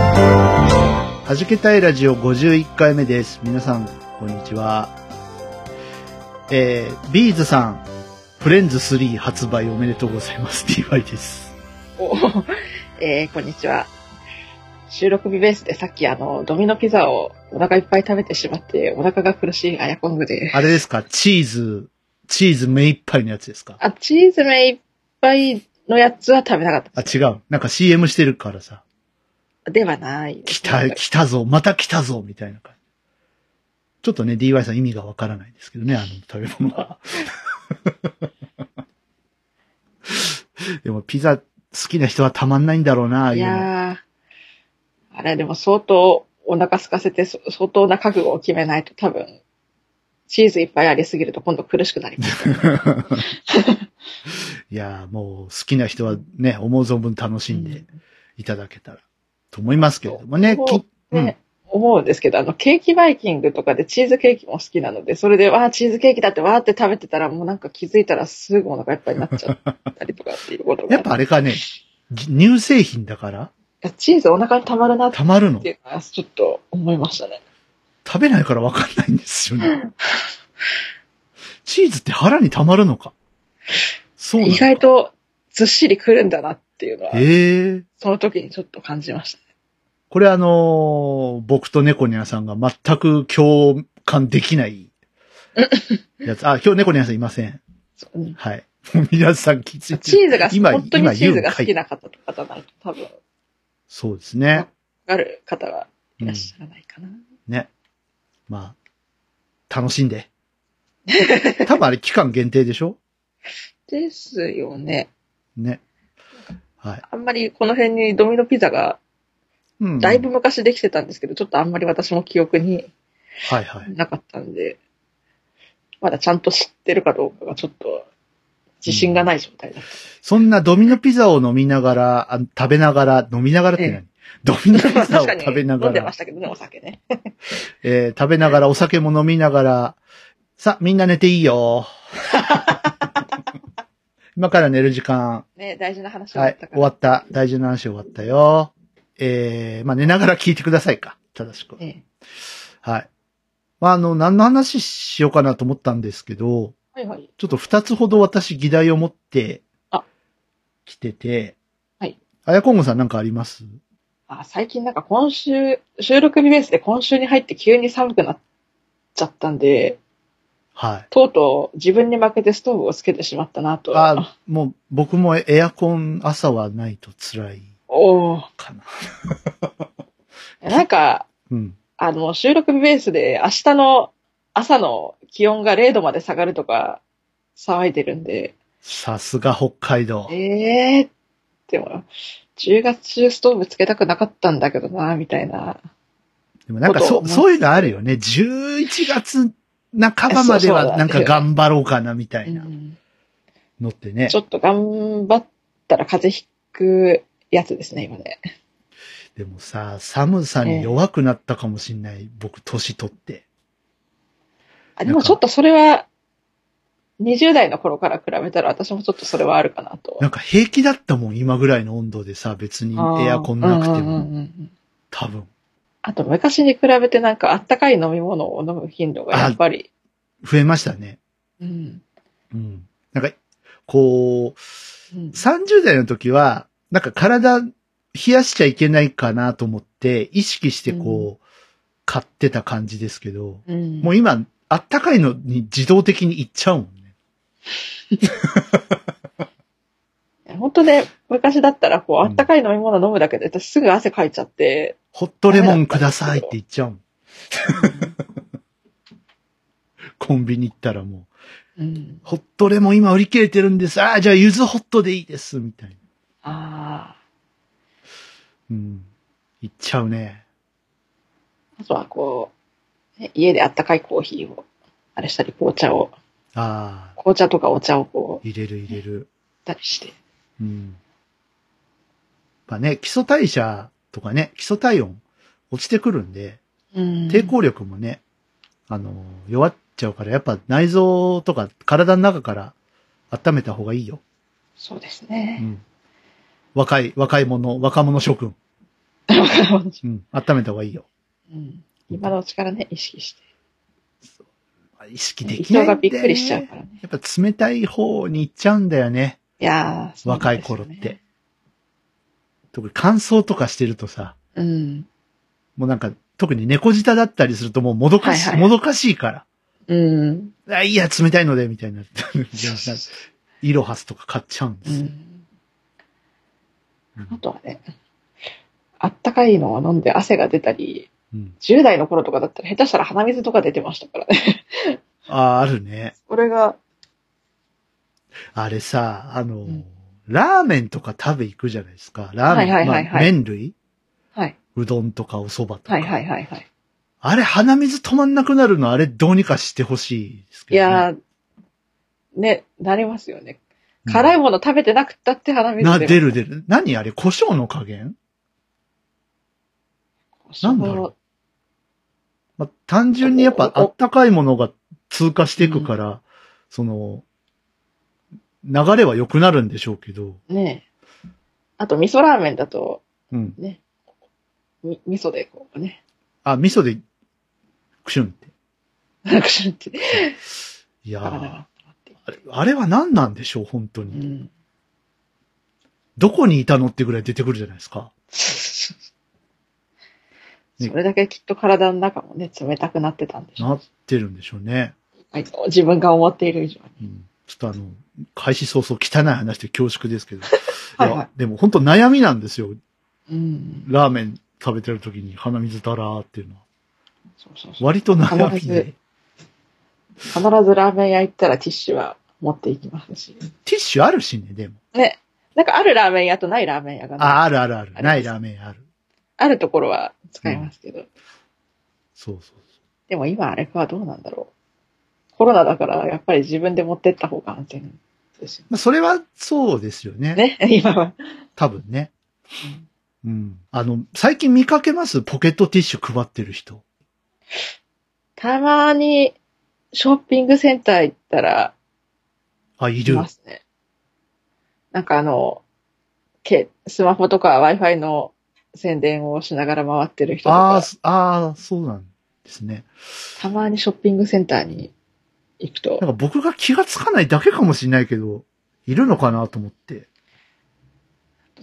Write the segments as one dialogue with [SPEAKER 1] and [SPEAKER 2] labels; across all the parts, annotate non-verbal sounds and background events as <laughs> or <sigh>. [SPEAKER 1] はじけたいラジオ51回目です。皆さん、こんにちは。えー、ビーズさん、フレンズ3発売おめでとうございます。DY です。
[SPEAKER 2] お <laughs> えーこんにちは。収録日ベースでさっきあの、ドミノピザをお腹いっぱい食べてしまって、お腹が苦しいアヤコングで。
[SPEAKER 1] あれですかチーズ、チーズ目いっぱいのやつですか
[SPEAKER 2] あ、チーズ目いっぱいのやつは食べなかっ
[SPEAKER 1] あ、違う。なんか CM してるからさ、
[SPEAKER 2] た。ではない。
[SPEAKER 1] 来た、来たぞ、また来たぞ、みたいな感じ。ちょっとね、DY さん意味がわからないですけどね、あの食べ物は。 <laughs> でも、ピザ好きな人はたまんないんだろうな、ああ
[SPEAKER 2] いう
[SPEAKER 1] の
[SPEAKER 2] やー。あれでも相当お腹空かせて、そ相当な覚悟を決めないと多分、チーズいっぱいありすぎると今度苦しくなります。
[SPEAKER 1] いやーもう好きな人はね、思う存分楽しんでいただけたらと思いますけれどもね、
[SPEAKER 2] そう
[SPEAKER 1] き、うん
[SPEAKER 2] ね、思うんですけど、あの、ケーキバイキングとかでチーズケーキも好きなので、それで、わあ、チーズケーキだってわーって食べてたら、もうなんか気づいたらすぐお腹いっぱいになっちゃったりとかっていうことが。
[SPEAKER 1] <laughs> やっぱあれかね、じ乳製品だから
[SPEAKER 2] いやチーズお腹に溜まるなっ
[SPEAKER 1] 溜まるの
[SPEAKER 2] て。いうのは、ちょっと思いましたね。
[SPEAKER 1] 食べないからわかんないんですよね。チーズって腹に溜まるのか。そうなの
[SPEAKER 2] 意
[SPEAKER 1] か
[SPEAKER 2] 外。とずっしりくるんだなっていうのは、
[SPEAKER 1] ええ
[SPEAKER 2] その時にちょっと感じましたね。
[SPEAKER 1] これあのー僕と猫ニャンさんが全く共感でき
[SPEAKER 2] <laughs>
[SPEAKER 1] ないやつ。あ、今日猫ニャンさんいません。
[SPEAKER 2] そううん
[SPEAKER 1] はい。もう皆さん気づいて
[SPEAKER 2] チーズが、
[SPEAKER 1] 今
[SPEAKER 2] 本当
[SPEAKER 1] 今
[SPEAKER 2] にチ
[SPEAKER 1] 言う
[SPEAKER 2] ーズ
[SPEAKER 1] の
[SPEAKER 2] が
[SPEAKER 1] か
[SPEAKER 2] 好
[SPEAKER 1] い
[SPEAKER 2] きな方とかじゃないと、多分、
[SPEAKER 1] そうですね。
[SPEAKER 2] ある方が
[SPEAKER 1] う
[SPEAKER 2] いらっ
[SPEAKER 1] ん
[SPEAKER 2] しゃらないかな。
[SPEAKER 1] ね。まあ、楽しん
[SPEAKER 2] <laughs>
[SPEAKER 1] で。多分あれ期間限定でしょ
[SPEAKER 2] ですよね。
[SPEAKER 1] ね。はい。
[SPEAKER 2] あんまりこの辺にドミノピザが
[SPEAKER 1] うん
[SPEAKER 2] だいぶ。昔できてたんですけど、ちょっとあんまり私も記憶に
[SPEAKER 1] はいはい。
[SPEAKER 2] なかったんで、まだちゃんと知ってるかどうかがちょっと自信がない状態だっ
[SPEAKER 1] そんなドミノピザを飲みながら、あ食べながら、飲みながらって何、
[SPEAKER 2] え
[SPEAKER 1] ドミノピ
[SPEAKER 2] た。まあ
[SPEAKER 1] ザを
[SPEAKER 2] 確かに
[SPEAKER 1] 食べな
[SPEAKER 2] 飲
[SPEAKER 1] が
[SPEAKER 2] んでま
[SPEAKER 1] ら
[SPEAKER 2] し、たけどね、お酒ね。
[SPEAKER 1] えー食べながらお酒も飲みながら、さ、みんな寝ていい
[SPEAKER 2] <laughs>
[SPEAKER 1] よ。今から寝る時間。
[SPEAKER 2] ね、大事な話だ
[SPEAKER 1] は
[SPEAKER 2] っ
[SPEAKER 1] い
[SPEAKER 2] た。か
[SPEAKER 1] 終
[SPEAKER 2] ら。
[SPEAKER 1] わった。大事な話終わったよ。えー、まあ寝ながら聞いてくださいか。正しくは。
[SPEAKER 2] え
[SPEAKER 1] はい。まあ、あの、何の話しようかなと思ったんですけど、
[SPEAKER 2] えはいはい。
[SPEAKER 1] ちょっと二つほど私議題を持って
[SPEAKER 2] あ、
[SPEAKER 1] 来てて、
[SPEAKER 2] はい。
[SPEAKER 1] あやこんごさんなんかあります
[SPEAKER 2] あ最近なんか今週、収録日ベースで今週に入って急に寒くなっちゃったんで、
[SPEAKER 1] は
[SPEAKER 2] とうとう自分に負けてストーブをつけてしまったなと
[SPEAKER 1] い。。あ、もう僕もエアコン朝はないと辛い
[SPEAKER 2] おー
[SPEAKER 1] かな。
[SPEAKER 2] なんか、
[SPEAKER 1] うん。
[SPEAKER 2] あの、収録日ベースで明日の朝の気温が0度まで下がるとか騒いでるんで、
[SPEAKER 1] さすが北海道。
[SPEAKER 2] えーっても、10月中ストーブつけたくなかったんだけどな、みたいな。
[SPEAKER 1] でもなんか
[SPEAKER 2] こ
[SPEAKER 1] そ、
[SPEAKER 2] とを思い
[SPEAKER 1] そういうのあるよね。11月半ばまで
[SPEAKER 2] そうそう
[SPEAKER 1] は
[SPEAKER 2] だ
[SPEAKER 1] なんか頑張ろうかなみたいな
[SPEAKER 2] うん
[SPEAKER 1] のってね
[SPEAKER 2] ち。ょっと頑張ったら風邪ひくやつですね、今ね。
[SPEAKER 1] でもさ、寒さに弱くなったかもしんない。僕、年取って。
[SPEAKER 2] あでもちょっとそれは、20代の頃から比べたら私もちょっとそれはあるかなと。
[SPEAKER 1] なんか平気だったもん、今ぐらいの温度でさ、別にエアコンなくて
[SPEAKER 2] うんうんうん
[SPEAKER 1] も、
[SPEAKER 2] うん
[SPEAKER 1] 多分、
[SPEAKER 2] あと昔に比べてなんかあったかい飲み物を飲む頻度がやっぱり、
[SPEAKER 1] 増えましたね。
[SPEAKER 2] うん。
[SPEAKER 1] うん。なんか、こう、
[SPEAKER 2] うん
[SPEAKER 1] 30代の時は、なんか体、冷やしちゃいけないかなと思って、意識してこう、買ってた感じですけど、
[SPEAKER 2] うん
[SPEAKER 1] もう今、あったかいのに自動的にいっちゃうもんね。
[SPEAKER 2] 本当ね、昔だったら、こ
[SPEAKER 1] う
[SPEAKER 2] う、
[SPEAKER 1] ん
[SPEAKER 2] あったかい飲み物飲むだけで、私すぐ汗かいちゃって、
[SPEAKER 1] ホットレモンくださいって言っちゃうもん。コンビニ行ったらもう、
[SPEAKER 2] うん。
[SPEAKER 1] ホットレモン今売り切れてるんです。ああ、じゃあゆずホットでいいです。みたいな。
[SPEAKER 2] あ
[SPEAKER 1] うん。行っちゃうね。
[SPEAKER 2] あ。あとはこう、ね家であったかいコーヒーを、あれしたり、紅茶を、
[SPEAKER 1] ああ、
[SPEAKER 2] 紅茶とかお茶をこう、
[SPEAKER 1] 入れる入れる。
[SPEAKER 2] たりして。
[SPEAKER 1] うん。まあね、基礎代謝とかね、基礎体温落ちてくるんで、
[SPEAKER 2] うん。
[SPEAKER 1] 抵抗力もね、あの、弱っちゃうから、やっぱ内臓とか体の中から温めた方がいいよ。
[SPEAKER 2] そうです
[SPEAKER 1] う
[SPEAKER 2] ね。
[SPEAKER 1] ん。若い、若い者、若者諸君。
[SPEAKER 2] わかるわ
[SPEAKER 1] うん。温めた方がいいよ。
[SPEAKER 2] <laughs> うん今のうちからね、意識して。
[SPEAKER 1] まあ意識できな
[SPEAKER 2] 人
[SPEAKER 1] いんだ
[SPEAKER 2] が
[SPEAKER 1] よね
[SPEAKER 2] びっくりしちゃうからね。
[SPEAKER 1] やっぱ冷たい方に行っちゃうんだよね。
[SPEAKER 2] いやー、そうな
[SPEAKER 1] 若
[SPEAKER 2] ん
[SPEAKER 1] い
[SPEAKER 2] ですよね
[SPEAKER 1] 頃って。。特に乾燥とかしてるとさ、
[SPEAKER 2] うん。
[SPEAKER 1] もうなんか、特に猫舌だったりするともうもどかしい、
[SPEAKER 2] はいは
[SPEAKER 1] も
[SPEAKER 2] い
[SPEAKER 1] どかしいから。
[SPEAKER 2] うん。
[SPEAKER 1] あ、いいや、冷たいので、みたい
[SPEAKER 2] <laughs>
[SPEAKER 1] な。じゃあ
[SPEAKER 2] そう
[SPEAKER 1] イロハスとか買っちゃうんで
[SPEAKER 2] う
[SPEAKER 1] すよ。
[SPEAKER 2] ん
[SPEAKER 1] うん
[SPEAKER 2] あとはね、あったかいのを飲んで汗が出たり、
[SPEAKER 1] うん。
[SPEAKER 2] 10代の頃とかだったら下手したら鼻水とか出てましたからね。
[SPEAKER 1] ああ、あるね。
[SPEAKER 2] これが、
[SPEAKER 1] あれさ、あの、
[SPEAKER 2] ん
[SPEAKER 1] ラーメンとか食べ行くじゃないですか。ラーメン、
[SPEAKER 2] はいはいはいはい
[SPEAKER 1] まあ麺類
[SPEAKER 2] はい、
[SPEAKER 1] うどんとかお蕎麦とか。
[SPEAKER 2] はいはいはいはい。
[SPEAKER 1] あれ、鼻水止まんなくなるの、あれ、どうにかしてほしいです
[SPEAKER 2] い
[SPEAKER 1] けど、ね。
[SPEAKER 2] やー、ね、なりますよね。
[SPEAKER 1] うん
[SPEAKER 2] 辛いもの食べてなくったって鼻水
[SPEAKER 1] な、出る
[SPEAKER 2] 出る。
[SPEAKER 1] 出る。何あれ、胡椒の加減なんだろまあ、単純にやっぱあったかいものが通過していくから、その、流れは良くなるんでしょうけど、
[SPEAKER 2] う。ねえあと、味噌ラーメンだと、
[SPEAKER 1] うん。
[SPEAKER 2] ね、み味噌でこうね、
[SPEAKER 1] あ、味噌で、クシュンって。
[SPEAKER 2] なくしなって、
[SPEAKER 1] いや
[SPEAKER 2] 体が温
[SPEAKER 1] ー
[SPEAKER 2] まってい
[SPEAKER 1] あれ、あれは何なんでしょう、本当
[SPEAKER 2] く。う
[SPEAKER 1] に。
[SPEAKER 2] ん。
[SPEAKER 1] どこにいたのってぐらい出てくるじゃないですか。
[SPEAKER 2] それだけきっと体の中もね、冷たくなってたんでしょ
[SPEAKER 1] な
[SPEAKER 2] う
[SPEAKER 1] っ。てるんでしょうね。
[SPEAKER 2] はい自分が思っている以上
[SPEAKER 1] う
[SPEAKER 2] に。
[SPEAKER 1] ん。ちょっとあの、開始早々汚い話で恐縮ですけど。
[SPEAKER 2] <laughs> はいはい
[SPEAKER 1] やでも本当悩みなんですよ。
[SPEAKER 2] うん。
[SPEAKER 1] ラーメン食べてる時に鼻水だらーっていうのは。
[SPEAKER 2] そうそうそう。
[SPEAKER 1] 割と悩みで。
[SPEAKER 2] 必ずラーメン屋行ったらティッシュは持っていきますし。
[SPEAKER 1] ティッシュあるしね、でも。
[SPEAKER 2] ね。なんかあるラーメン屋とないラーメン屋がね
[SPEAKER 1] あ、あるあるある。
[SPEAKER 2] あります
[SPEAKER 1] ないラーメンある。
[SPEAKER 2] あるところは使いますけど。
[SPEAKER 1] そうそうそ
[SPEAKER 2] でも今あれかどうなんだろう。コロナだからやっぱり自分で持ってった方が安全ですよ
[SPEAKER 1] う。まあ、それはそうですよね。
[SPEAKER 2] ね。 <laughs> 今は。
[SPEAKER 1] 多分ね。うん。あの、最近見かけますポケットティッシュ配ってる人。
[SPEAKER 2] たまにショッピングセンター行ったら、
[SPEAKER 1] あ、い
[SPEAKER 2] い
[SPEAKER 1] る。
[SPEAKER 2] ますね。なんかあの、けスマホとか Wi-Fi の宣伝をしながら回ってる人と
[SPEAKER 1] あー
[SPEAKER 2] か、
[SPEAKER 1] すあー、そうなんですね。
[SPEAKER 2] たまにショッピングセンターに行くと
[SPEAKER 1] なん、か僕が気がつかないだけかもしれないけど、いるのかなと思って。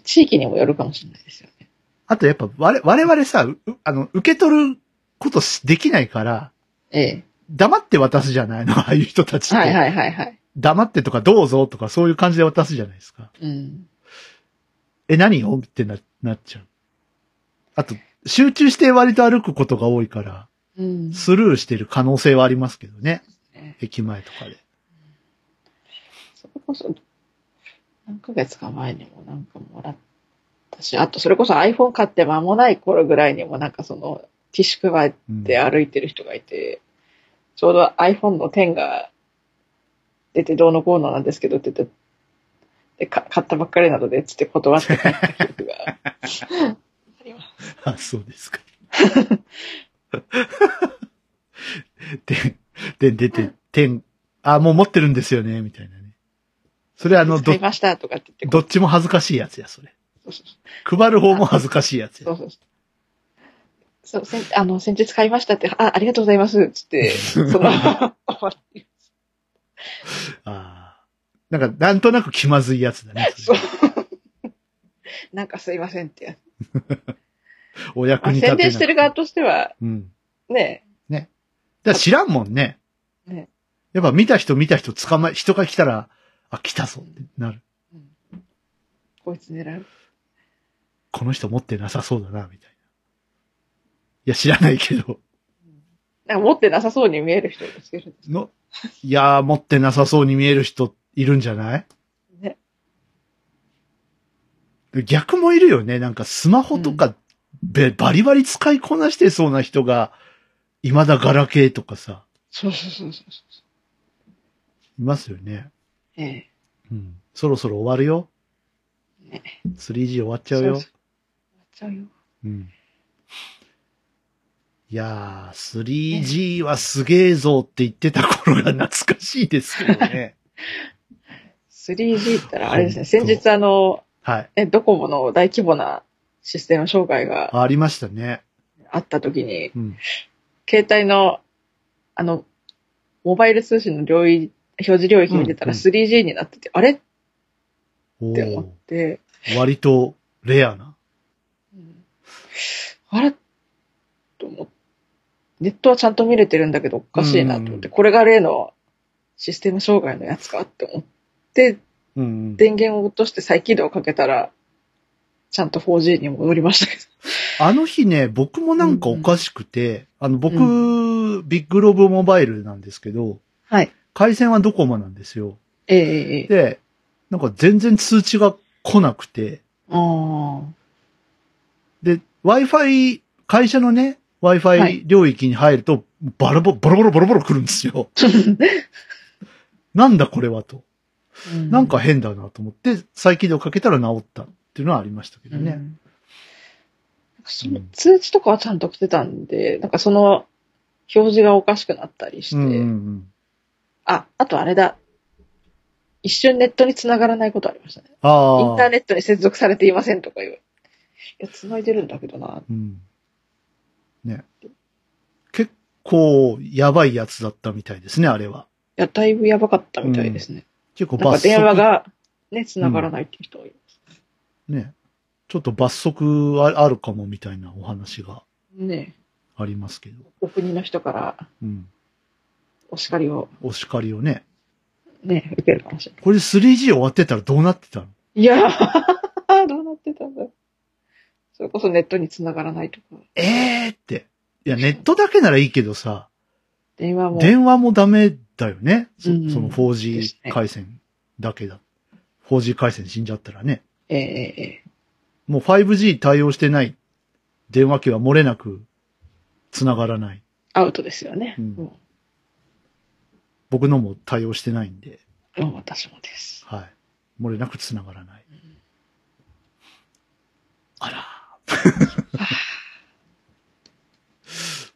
[SPEAKER 2] 地域にもよるかもしれないですよね。
[SPEAKER 1] あとやっぱ我我々さ、ううあの、受け取ることしできないから、
[SPEAKER 2] ええ。
[SPEAKER 1] 黙って渡すじゃないの、ああいう人たちって。
[SPEAKER 2] はいはいはいはい。
[SPEAKER 1] 黙ってとかどうぞとかそういう感じで渡すじゃないですか。
[SPEAKER 2] うん。
[SPEAKER 1] え、何をってな、なっちゃう。あと、集中して割と歩くことが多いから、
[SPEAKER 2] うん。
[SPEAKER 1] スルーしてる可能性はありますけどね。
[SPEAKER 2] ね
[SPEAKER 1] 駅前とかで。
[SPEAKER 2] それこそ、何ヶ月か前にもなんかもらったし、あとそれこそ iPhone 買って間もない頃ぐらいにもなんかその、ティッシュ配っ
[SPEAKER 1] うん
[SPEAKER 2] で歩いてる人がいて、ちょうど iPhone の10が出てどうのこうのなんですけどって言って、でか買ったばっかりなので、つって断って帰った記憶があります。
[SPEAKER 1] あ、そうです
[SPEAKER 2] <laughs>
[SPEAKER 1] か。で、で、出て、点、あ、もう持ってるんですよね、みたいなね。それあの、
[SPEAKER 2] 買
[SPEAKER 1] ど
[SPEAKER 2] い、ましたとかって言って、
[SPEAKER 1] どっちも恥ずかしいやつや、それ。
[SPEAKER 2] そうそう
[SPEAKER 1] 配る方も恥ずかしいやつや。
[SPEAKER 2] そうそうそうせんあの、先日買いましたって、あ、ありがとうございます、
[SPEAKER 1] <laughs>
[SPEAKER 2] つって、その、 <laughs> 終わり
[SPEAKER 1] ああ。なんか、なんとなく気まずいやつだね。そ
[SPEAKER 2] そう
[SPEAKER 1] れ
[SPEAKER 2] なんかすいませんって
[SPEAKER 1] <laughs>
[SPEAKER 2] やつ。
[SPEAKER 1] お役
[SPEAKER 2] まあ
[SPEAKER 1] に立てな
[SPEAKER 2] 宣
[SPEAKER 1] い。
[SPEAKER 2] 伝してる側としては、
[SPEAKER 1] うん。
[SPEAKER 2] ね、
[SPEAKER 1] だから知らんもんね。
[SPEAKER 2] ね
[SPEAKER 1] やっぱ見た人見た人捕まえ、人が来たら、あ、来たぞってなる。
[SPEAKER 2] こいつ狙う。
[SPEAKER 1] この人持ってなさそうだな、みたいな。いや、知らないけど。
[SPEAKER 2] なんか持ってなさそうに見える人をつける。
[SPEAKER 1] の、いやー、持ってなさそうに見える人いるんじゃない
[SPEAKER 2] ね
[SPEAKER 1] 逆もいるよね。なんかスマホとか、べバリバリ使いこなしてそうな人が、未だガラケーとかさ、
[SPEAKER 2] そうそうそうそうそ
[SPEAKER 1] いますよね。
[SPEAKER 2] う。え
[SPEAKER 1] うん。そろそろ終わるよ。
[SPEAKER 2] ね
[SPEAKER 1] 3G 終わっ
[SPEAKER 2] え
[SPEAKER 1] ちゃうよ。
[SPEAKER 2] そそ終わっちゃうよ。
[SPEAKER 1] うん。いやー、3G はすげえぞって言ってた頃が懐かしいですけど
[SPEAKER 2] <laughs>
[SPEAKER 1] ね。
[SPEAKER 2] 3G ったら、あれですね、
[SPEAKER 1] 本
[SPEAKER 2] 先
[SPEAKER 1] 当
[SPEAKER 2] 日あの、
[SPEAKER 1] はい。
[SPEAKER 2] え、ドコモの大規模なシステム障害が
[SPEAKER 1] ありましたね。
[SPEAKER 2] あった時に、
[SPEAKER 1] うん。
[SPEAKER 2] 携帯の、あの、モバイル通信の領域、表示領域見てたら
[SPEAKER 1] うんうん
[SPEAKER 2] 3G になってて、あれっ
[SPEAKER 1] お
[SPEAKER 2] て思っ
[SPEAKER 1] ー
[SPEAKER 2] て、
[SPEAKER 1] 割とレアな。
[SPEAKER 2] うんあれと思って、ネットはちゃんと見れてるんだけどおかしいなと思っ
[SPEAKER 1] うんう
[SPEAKER 2] て、これが例のシステム障害のやつかって思って、
[SPEAKER 1] うんうん。
[SPEAKER 2] 電源を落として再起動かけたら、ちゃんと 4G に戻りましたけど。
[SPEAKER 1] あの日ね、僕もなんかおかしくて、あの、僕、ビッグロブモバイルなんですけど、
[SPEAKER 2] はい。
[SPEAKER 1] 回線はドコモなんですよ。
[SPEAKER 2] ええええ。
[SPEAKER 1] で、なんか全然通知が来なくて、
[SPEAKER 2] あ
[SPEAKER 1] で、Wi-Fi、会社のね、
[SPEAKER 2] は
[SPEAKER 1] Wi-Fi
[SPEAKER 2] い
[SPEAKER 1] 領域に入ると、バラボ、ボロボロボロボロ来るんです
[SPEAKER 2] <laughs>
[SPEAKER 1] よ。なんだこれはと。
[SPEAKER 2] あ。
[SPEAKER 1] なんか変だなと思って、再起動かけたら治ったっていうのはありましたけど
[SPEAKER 2] うん、
[SPEAKER 1] ね。
[SPEAKER 2] なんかその
[SPEAKER 1] うん
[SPEAKER 2] 通知とかはちゃんと来てたんで、なんかその表示がおかしくなったりして、
[SPEAKER 1] うんうんうん。
[SPEAKER 2] あ、あとあれだ。一瞬ネットに繋がらないことありましたね。イン
[SPEAKER 1] あ
[SPEAKER 2] ター
[SPEAKER 1] あ。
[SPEAKER 2] ネットに接続されていませんとかいう。いや、繋いでるんだけどな。
[SPEAKER 1] うん。ね。結構、やばいやつだったみたいですね、あれは。
[SPEAKER 2] いや、だいぶやばかったみたいですね。
[SPEAKER 1] 結構
[SPEAKER 2] なん
[SPEAKER 1] 罰
[SPEAKER 2] か
[SPEAKER 1] 則。
[SPEAKER 2] 電話がね、繋がらないっていう人がいます。
[SPEAKER 1] ね。ちょっと罰則ああるかもみたいなお話が
[SPEAKER 2] ね
[SPEAKER 1] ありますけど。
[SPEAKER 2] お国の人から
[SPEAKER 1] うん。
[SPEAKER 2] お叱りを
[SPEAKER 1] お叱りをね。
[SPEAKER 2] ね、受けるかもしれない。
[SPEAKER 1] これ 3G 終わってたらどうなってたの
[SPEAKER 2] いやー、 <laughs> どうなってたんだ。それこそネットに繋がらないとか。
[SPEAKER 1] ええー、って。いや、ネットだけならいいけどさ、
[SPEAKER 2] 電話も。
[SPEAKER 1] 電話もダメだよね。そ
[SPEAKER 2] うん
[SPEAKER 1] その
[SPEAKER 2] で
[SPEAKER 1] 4G
[SPEAKER 2] すね
[SPEAKER 1] 回線だけだ。4G 回線死んじゃったらね。
[SPEAKER 2] ええええ
[SPEAKER 1] もう 5G 対応してない電話機は漏れなく繋がらない。
[SPEAKER 2] アウトですよね。
[SPEAKER 1] う
[SPEAKER 2] うんん、
[SPEAKER 1] 僕のも対応してないんで、
[SPEAKER 2] もう私もです。
[SPEAKER 1] はい。漏れなく繋がらない。あら。 <laughs>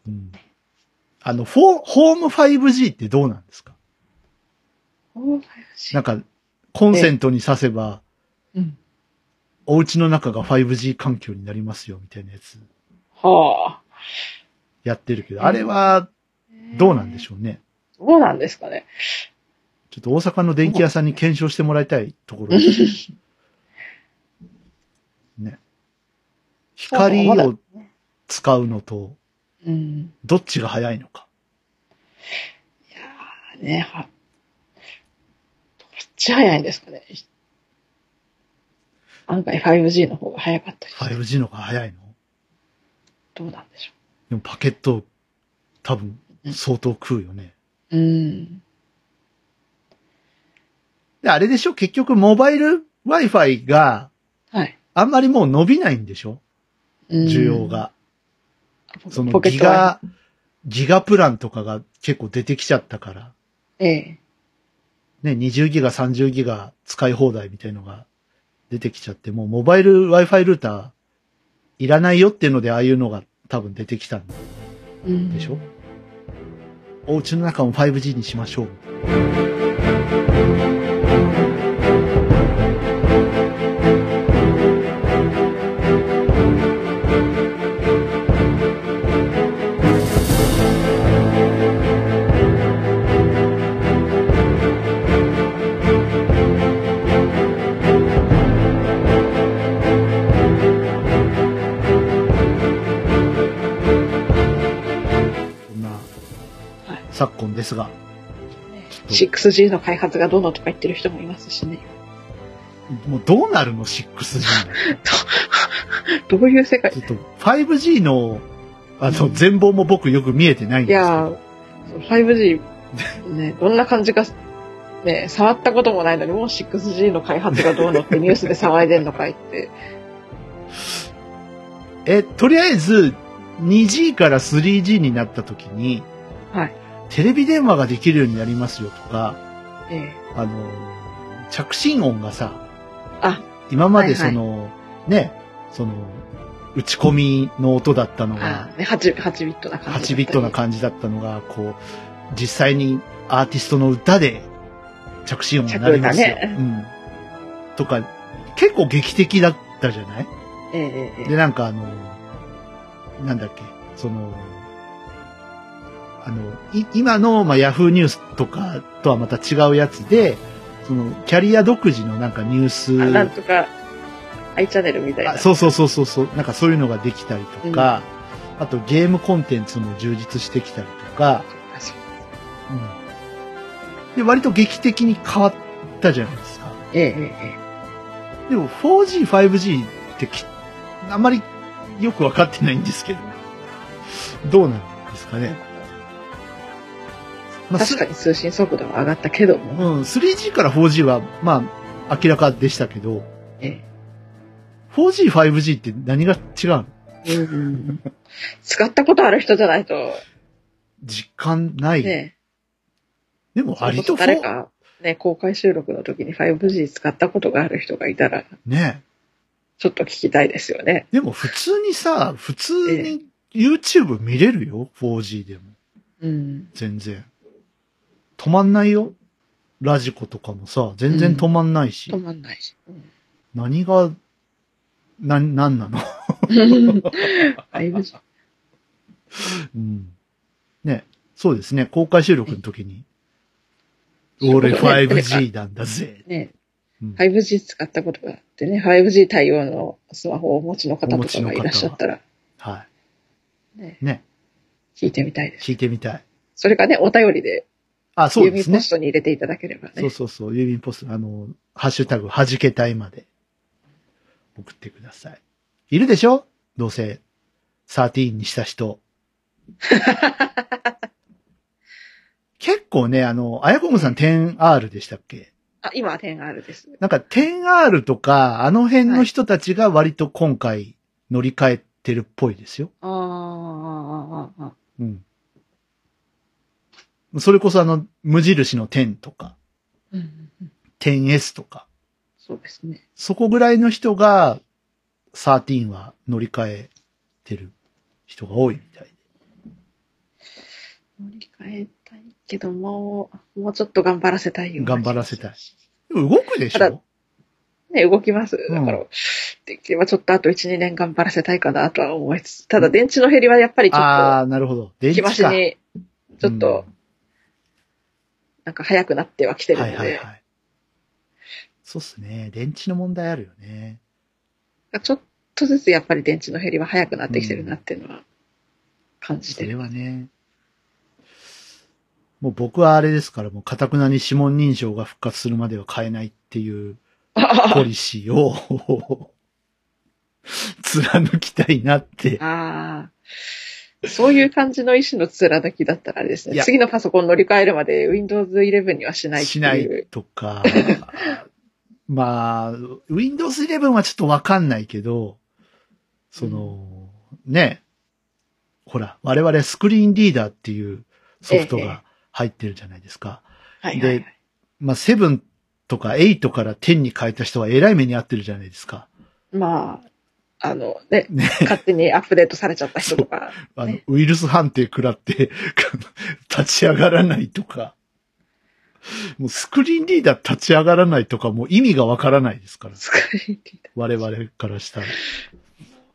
[SPEAKER 1] うん、あの、フォーホーム 5G ってどうなんですか
[SPEAKER 2] おー私
[SPEAKER 1] なんか、コンセントに挿せば、
[SPEAKER 2] うん。
[SPEAKER 1] お家の中が 5G 環境になりますよ、みたいなやつ、
[SPEAKER 2] はあ。
[SPEAKER 1] やってるけど、あれは、どうなんでしょうね。
[SPEAKER 2] うどうなんですかね。
[SPEAKER 1] ちょっと大阪の電気屋さんに検証してもらいたいところですね。光
[SPEAKER 2] そうそう
[SPEAKER 1] を使うのと、
[SPEAKER 2] うん。
[SPEAKER 1] どっちが早いのか。
[SPEAKER 2] いやーね、は、どっち早いんですかね。案外 5G の方が早かったり、
[SPEAKER 1] 5G の方が早いの
[SPEAKER 2] どうなんでしょ
[SPEAKER 1] でもパケット、多分、相当食うよね。
[SPEAKER 2] う。うん。
[SPEAKER 1] で、あれでしょ結局、モバイル Wi-Fi が
[SPEAKER 2] はい。
[SPEAKER 1] あんまりもう伸びないんでしょ
[SPEAKER 2] うん
[SPEAKER 1] 需要。が。その
[SPEAKER 2] ポケ
[SPEAKER 1] ギ
[SPEAKER 2] ットは、
[SPEAKER 1] ガ、ギガプランとかが結構出てきちゃったから、
[SPEAKER 2] ええ。
[SPEAKER 1] ね、20ギガ、30ギガ使い放題みたいのが出てきちゃって、もうモバイル Wi-Fi ルーターいらないよっていうので、ああいうのが多分出てきたん
[SPEAKER 2] うん
[SPEAKER 1] でしょ、お家の中も 5G にしましょう。こんな、昨今ですが、ちょっ
[SPEAKER 2] 6G の開発がどうのとか言ってる人もいますしね。
[SPEAKER 1] と、もうどうなるの 6G の。
[SPEAKER 2] どういう世界
[SPEAKER 1] ちょっと 5G の、あの、全貌も僕よく見えてないん
[SPEAKER 2] い
[SPEAKER 1] ですけ
[SPEAKER 2] やー
[SPEAKER 1] ど。、
[SPEAKER 2] 5G ね、どんな感じか、ね、触ったこともないのに、もう 6G の開発がどう
[SPEAKER 1] <laughs>
[SPEAKER 2] のってニュースで騒いでんのかいって。
[SPEAKER 1] え、とりあえず、2G から 3G になった時に、
[SPEAKER 2] はい
[SPEAKER 1] テレビ電話ができるようになりますよとか、
[SPEAKER 2] ええ
[SPEAKER 1] あの、着信音がさ、
[SPEAKER 2] あ
[SPEAKER 1] 今まで
[SPEAKER 2] はいは
[SPEAKER 1] そ
[SPEAKER 2] い
[SPEAKER 1] の、ね、その、打ち込みの音だったの
[SPEAKER 2] あ
[SPEAKER 1] が、
[SPEAKER 2] ね、8, 8ビットな感じ。
[SPEAKER 1] 8ビットな感じだったのが、こう、実際にアーティストの歌で着信音になりますよ。
[SPEAKER 2] 着歌ね
[SPEAKER 1] うん。とか、結構劇的だったじゃない
[SPEAKER 2] じ。えええええ
[SPEAKER 1] で、なんかあの、なんだっけ、その、あの、い今の、まあ、ヤフーニュースとかとはまた違うやつで、その、キャリア独自のなんかニュー
[SPEAKER 2] えあなん
[SPEAKER 1] ス、
[SPEAKER 2] とか、アイチャンネルみたいな。
[SPEAKER 1] あそうそうそうそうそう、なんかそういうのができたりとか、あとゲームコンテンツも充実してきたりとか、うん、で、割と劇的に変わったじゃないですか。
[SPEAKER 2] えええ
[SPEAKER 1] でも 4G、5G ってきあんまりよくわかってないんですけど、どうなんですか
[SPEAKER 2] えええ
[SPEAKER 1] ね。
[SPEAKER 2] え
[SPEAKER 1] まあ、す
[SPEAKER 2] 確かに通信速度は上がったけども。
[SPEAKER 1] うん、3G から 4G は、まあ、明らかでしたけど、
[SPEAKER 2] え
[SPEAKER 1] 4G、5G って何が違うの
[SPEAKER 2] えうん使ったことある人じゃないと、
[SPEAKER 1] 実感ない。
[SPEAKER 2] ね
[SPEAKER 1] でも、
[SPEAKER 2] え、
[SPEAKER 1] 割と
[SPEAKER 2] 誰
[SPEAKER 1] 4…
[SPEAKER 2] か、ね、公開収録の時に 5G 使ったことがある人がいたら、
[SPEAKER 1] ね。
[SPEAKER 2] ちょっと聞きたいですよね。
[SPEAKER 1] でも、普通にさ、普通に YouTube 見れるよ、4G でも。
[SPEAKER 2] うん。
[SPEAKER 1] 全然。止まんないよ。ラジコとかもさ、全然止まんないし。
[SPEAKER 2] 止まんないし。
[SPEAKER 1] 何が、な、なんなの <laughs>
[SPEAKER 2] 5G
[SPEAKER 1] うん。ね、そうですね。公開収録の時に、俺
[SPEAKER 2] そうね
[SPEAKER 1] 5G なんだぜ。
[SPEAKER 2] <laughs> ね
[SPEAKER 1] うん、
[SPEAKER 2] 5G 使ったことがあってね、5G 対応のスマホをお持ちの方とかがいらっしゃったら、
[SPEAKER 1] は
[SPEAKER 2] ね
[SPEAKER 1] い。ね、
[SPEAKER 2] 聞いてみたいです。
[SPEAKER 1] 聞いてみたい。
[SPEAKER 2] それかね、お便りで、
[SPEAKER 1] あ、そうで
[SPEAKER 2] 郵便
[SPEAKER 1] す
[SPEAKER 2] ポ
[SPEAKER 1] ね。
[SPEAKER 2] ストに入れていただければ
[SPEAKER 1] そう
[SPEAKER 2] ね。
[SPEAKER 1] そうそう。郵便ポスト、あの、ハッシュタグ、はじけたいまで、送ってください。いるでしょどうせ、13にした人。結構ね、あの、あやこむさん 10R でしたっけ
[SPEAKER 2] あ、今、点あるです。
[SPEAKER 1] なんか 10R とか、あの辺の人たちが割と今回乗り換えてるっぽいですよ。
[SPEAKER 2] あーあー、あーあー、
[SPEAKER 1] うん。それこそあの、無印の10とか、
[SPEAKER 2] うんうんうん
[SPEAKER 1] 10S とか、
[SPEAKER 2] そうですね。
[SPEAKER 1] そこぐらいの人が13は乗り換えてる人が多いみたいで。
[SPEAKER 2] 乗り換えたいけども、もうちょっと頑張らせたいような気が
[SPEAKER 1] 頑張らせたい。でも動くでしたょ
[SPEAKER 2] だね、動きます。
[SPEAKER 1] ん
[SPEAKER 2] だから、できればちょっとあと1、2年頑張らせたいかなとは思いつつ、ただ電池の減りはやっぱりちょ
[SPEAKER 1] あ
[SPEAKER 2] っ
[SPEAKER 1] あ、なるほど。
[SPEAKER 2] と、
[SPEAKER 1] 電
[SPEAKER 2] 日
[SPEAKER 1] 池
[SPEAKER 2] 増
[SPEAKER 1] か。
[SPEAKER 2] しに、ちょっと
[SPEAKER 1] うん、
[SPEAKER 2] なんか早くなってはきてる
[SPEAKER 1] はい
[SPEAKER 2] ので、
[SPEAKER 1] はいはい。そうっすね。電池の問題あるよね。
[SPEAKER 2] ちょっとずつやっぱり電池の減りは早くなってきてるなっていうのは感じ
[SPEAKER 1] そ
[SPEAKER 2] て
[SPEAKER 1] れ
[SPEAKER 2] る。
[SPEAKER 1] はね。もう僕はあれですから、もうかたくなに指紋認証が復活するまでは変えないって
[SPEAKER 2] <laughs>
[SPEAKER 1] いうポリシーを <laughs> 貫きたいなって。
[SPEAKER 2] ああ。そういう感じの意思の貫きだったらあれです
[SPEAKER 1] い
[SPEAKER 2] ね。
[SPEAKER 1] や
[SPEAKER 2] 次のパソコン乗り換えるまで Windows 11にはしないって
[SPEAKER 1] し
[SPEAKER 2] いう。
[SPEAKER 1] ないとか、 <laughs> まあ、Windows 11はちょっとわかんないけど、その、ね、ほら、我々スクリーンリーダーっていうソフトが入ってるじゃないですか。
[SPEAKER 2] はいはいはい
[SPEAKER 1] でまあ、7とか8から10に変えた人は偉い目に遭ってるじゃないですか。
[SPEAKER 2] まあ、あのね、
[SPEAKER 1] ね
[SPEAKER 2] 勝手にアップデートされちゃった人と
[SPEAKER 1] <laughs>
[SPEAKER 2] か、
[SPEAKER 1] あの
[SPEAKER 2] ね、
[SPEAKER 1] ウイルス判定食らって、 <laughs> 立ち上がらないとか。もうスクリーンリーダー立ち上がらないとかもう意味がわからないですから。
[SPEAKER 2] スクリーンリーダー
[SPEAKER 1] 我々からしたら。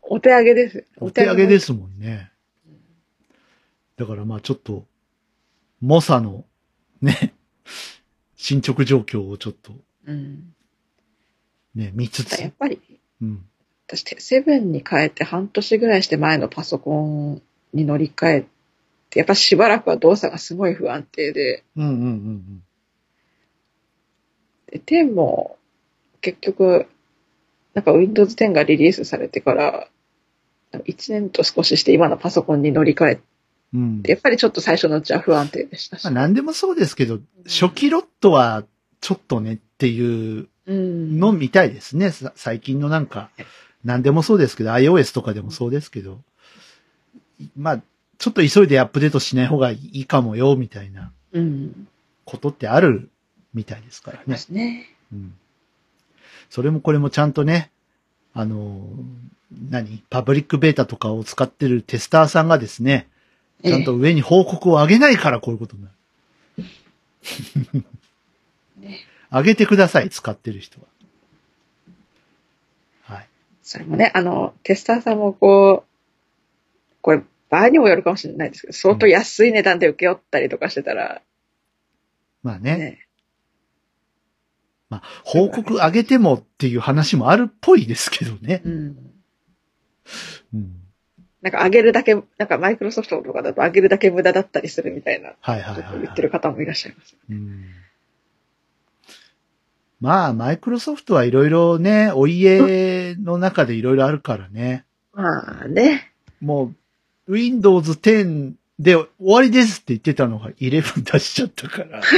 [SPEAKER 2] お手上げです。。
[SPEAKER 1] お手上げですすもんね。だからまあちょっと、モサの、ね、進捗状況をちょっと、
[SPEAKER 2] うん。
[SPEAKER 1] ね、見つ
[SPEAKER 2] ただや
[SPEAKER 1] つ
[SPEAKER 2] っ。ぱり、
[SPEAKER 1] うん。
[SPEAKER 2] 私、セブンに変えて半年ぐらいして前のパソコンに乗り換えて、やっぱしばらくは動作がすごい不安定で、
[SPEAKER 1] うんうんうんうん。
[SPEAKER 2] で、10も結局、なんか Windows 10がリリースされてから、1年と少しして今のパソコンに乗り換え
[SPEAKER 1] うん。
[SPEAKER 2] やっぱりちょっと最初のうちは不安定でしたし
[SPEAKER 1] まあ、。何でもそうですけど、初期ロットはちょっとねっていう
[SPEAKER 2] うん。
[SPEAKER 1] のみたいですね。さ最近のなんか、何でもそうですけど、iOS とかでもそうですけど、まあ、ちょっと急いでアップデートしない方がいいかもよ、みたいな
[SPEAKER 2] うん。
[SPEAKER 1] ことってあるみたいですから
[SPEAKER 2] で
[SPEAKER 1] ね。
[SPEAKER 2] すね。
[SPEAKER 1] うん。それもこれもちゃんとね、あの、何パブリックベータとかを使ってるテスターさんがですね、ちゃんと上に報告を上げないからこういうことになる。
[SPEAKER 2] ね
[SPEAKER 1] 上げてください、使ってる人は。はい。
[SPEAKER 2] それもね、あの、テスターさんもこう、これ、場合にもよるかもしれないですけど、相当安い値段で請け負ったりとかしてたら、
[SPEAKER 1] まあね。
[SPEAKER 2] ね、
[SPEAKER 1] まあ、報告上げてもっていう話もあるっぽいですけどね。
[SPEAKER 2] うん。
[SPEAKER 1] うん。
[SPEAKER 2] なんか上げるだけ、なんかマイクロソフトとかだと上げるだけ無駄だったりするみたいな、
[SPEAKER 1] はいはいはい、
[SPEAKER 2] ちょっと
[SPEAKER 1] はい。
[SPEAKER 2] 言ってる方もいらっしゃいます。
[SPEAKER 1] うんまあ、マイクロソフトはいろいろね、お家の中でいろいろあるからね。
[SPEAKER 2] まあね、
[SPEAKER 1] もう、Windows 10で終わりですって言ってたのが11出しちゃったから。 <laughs>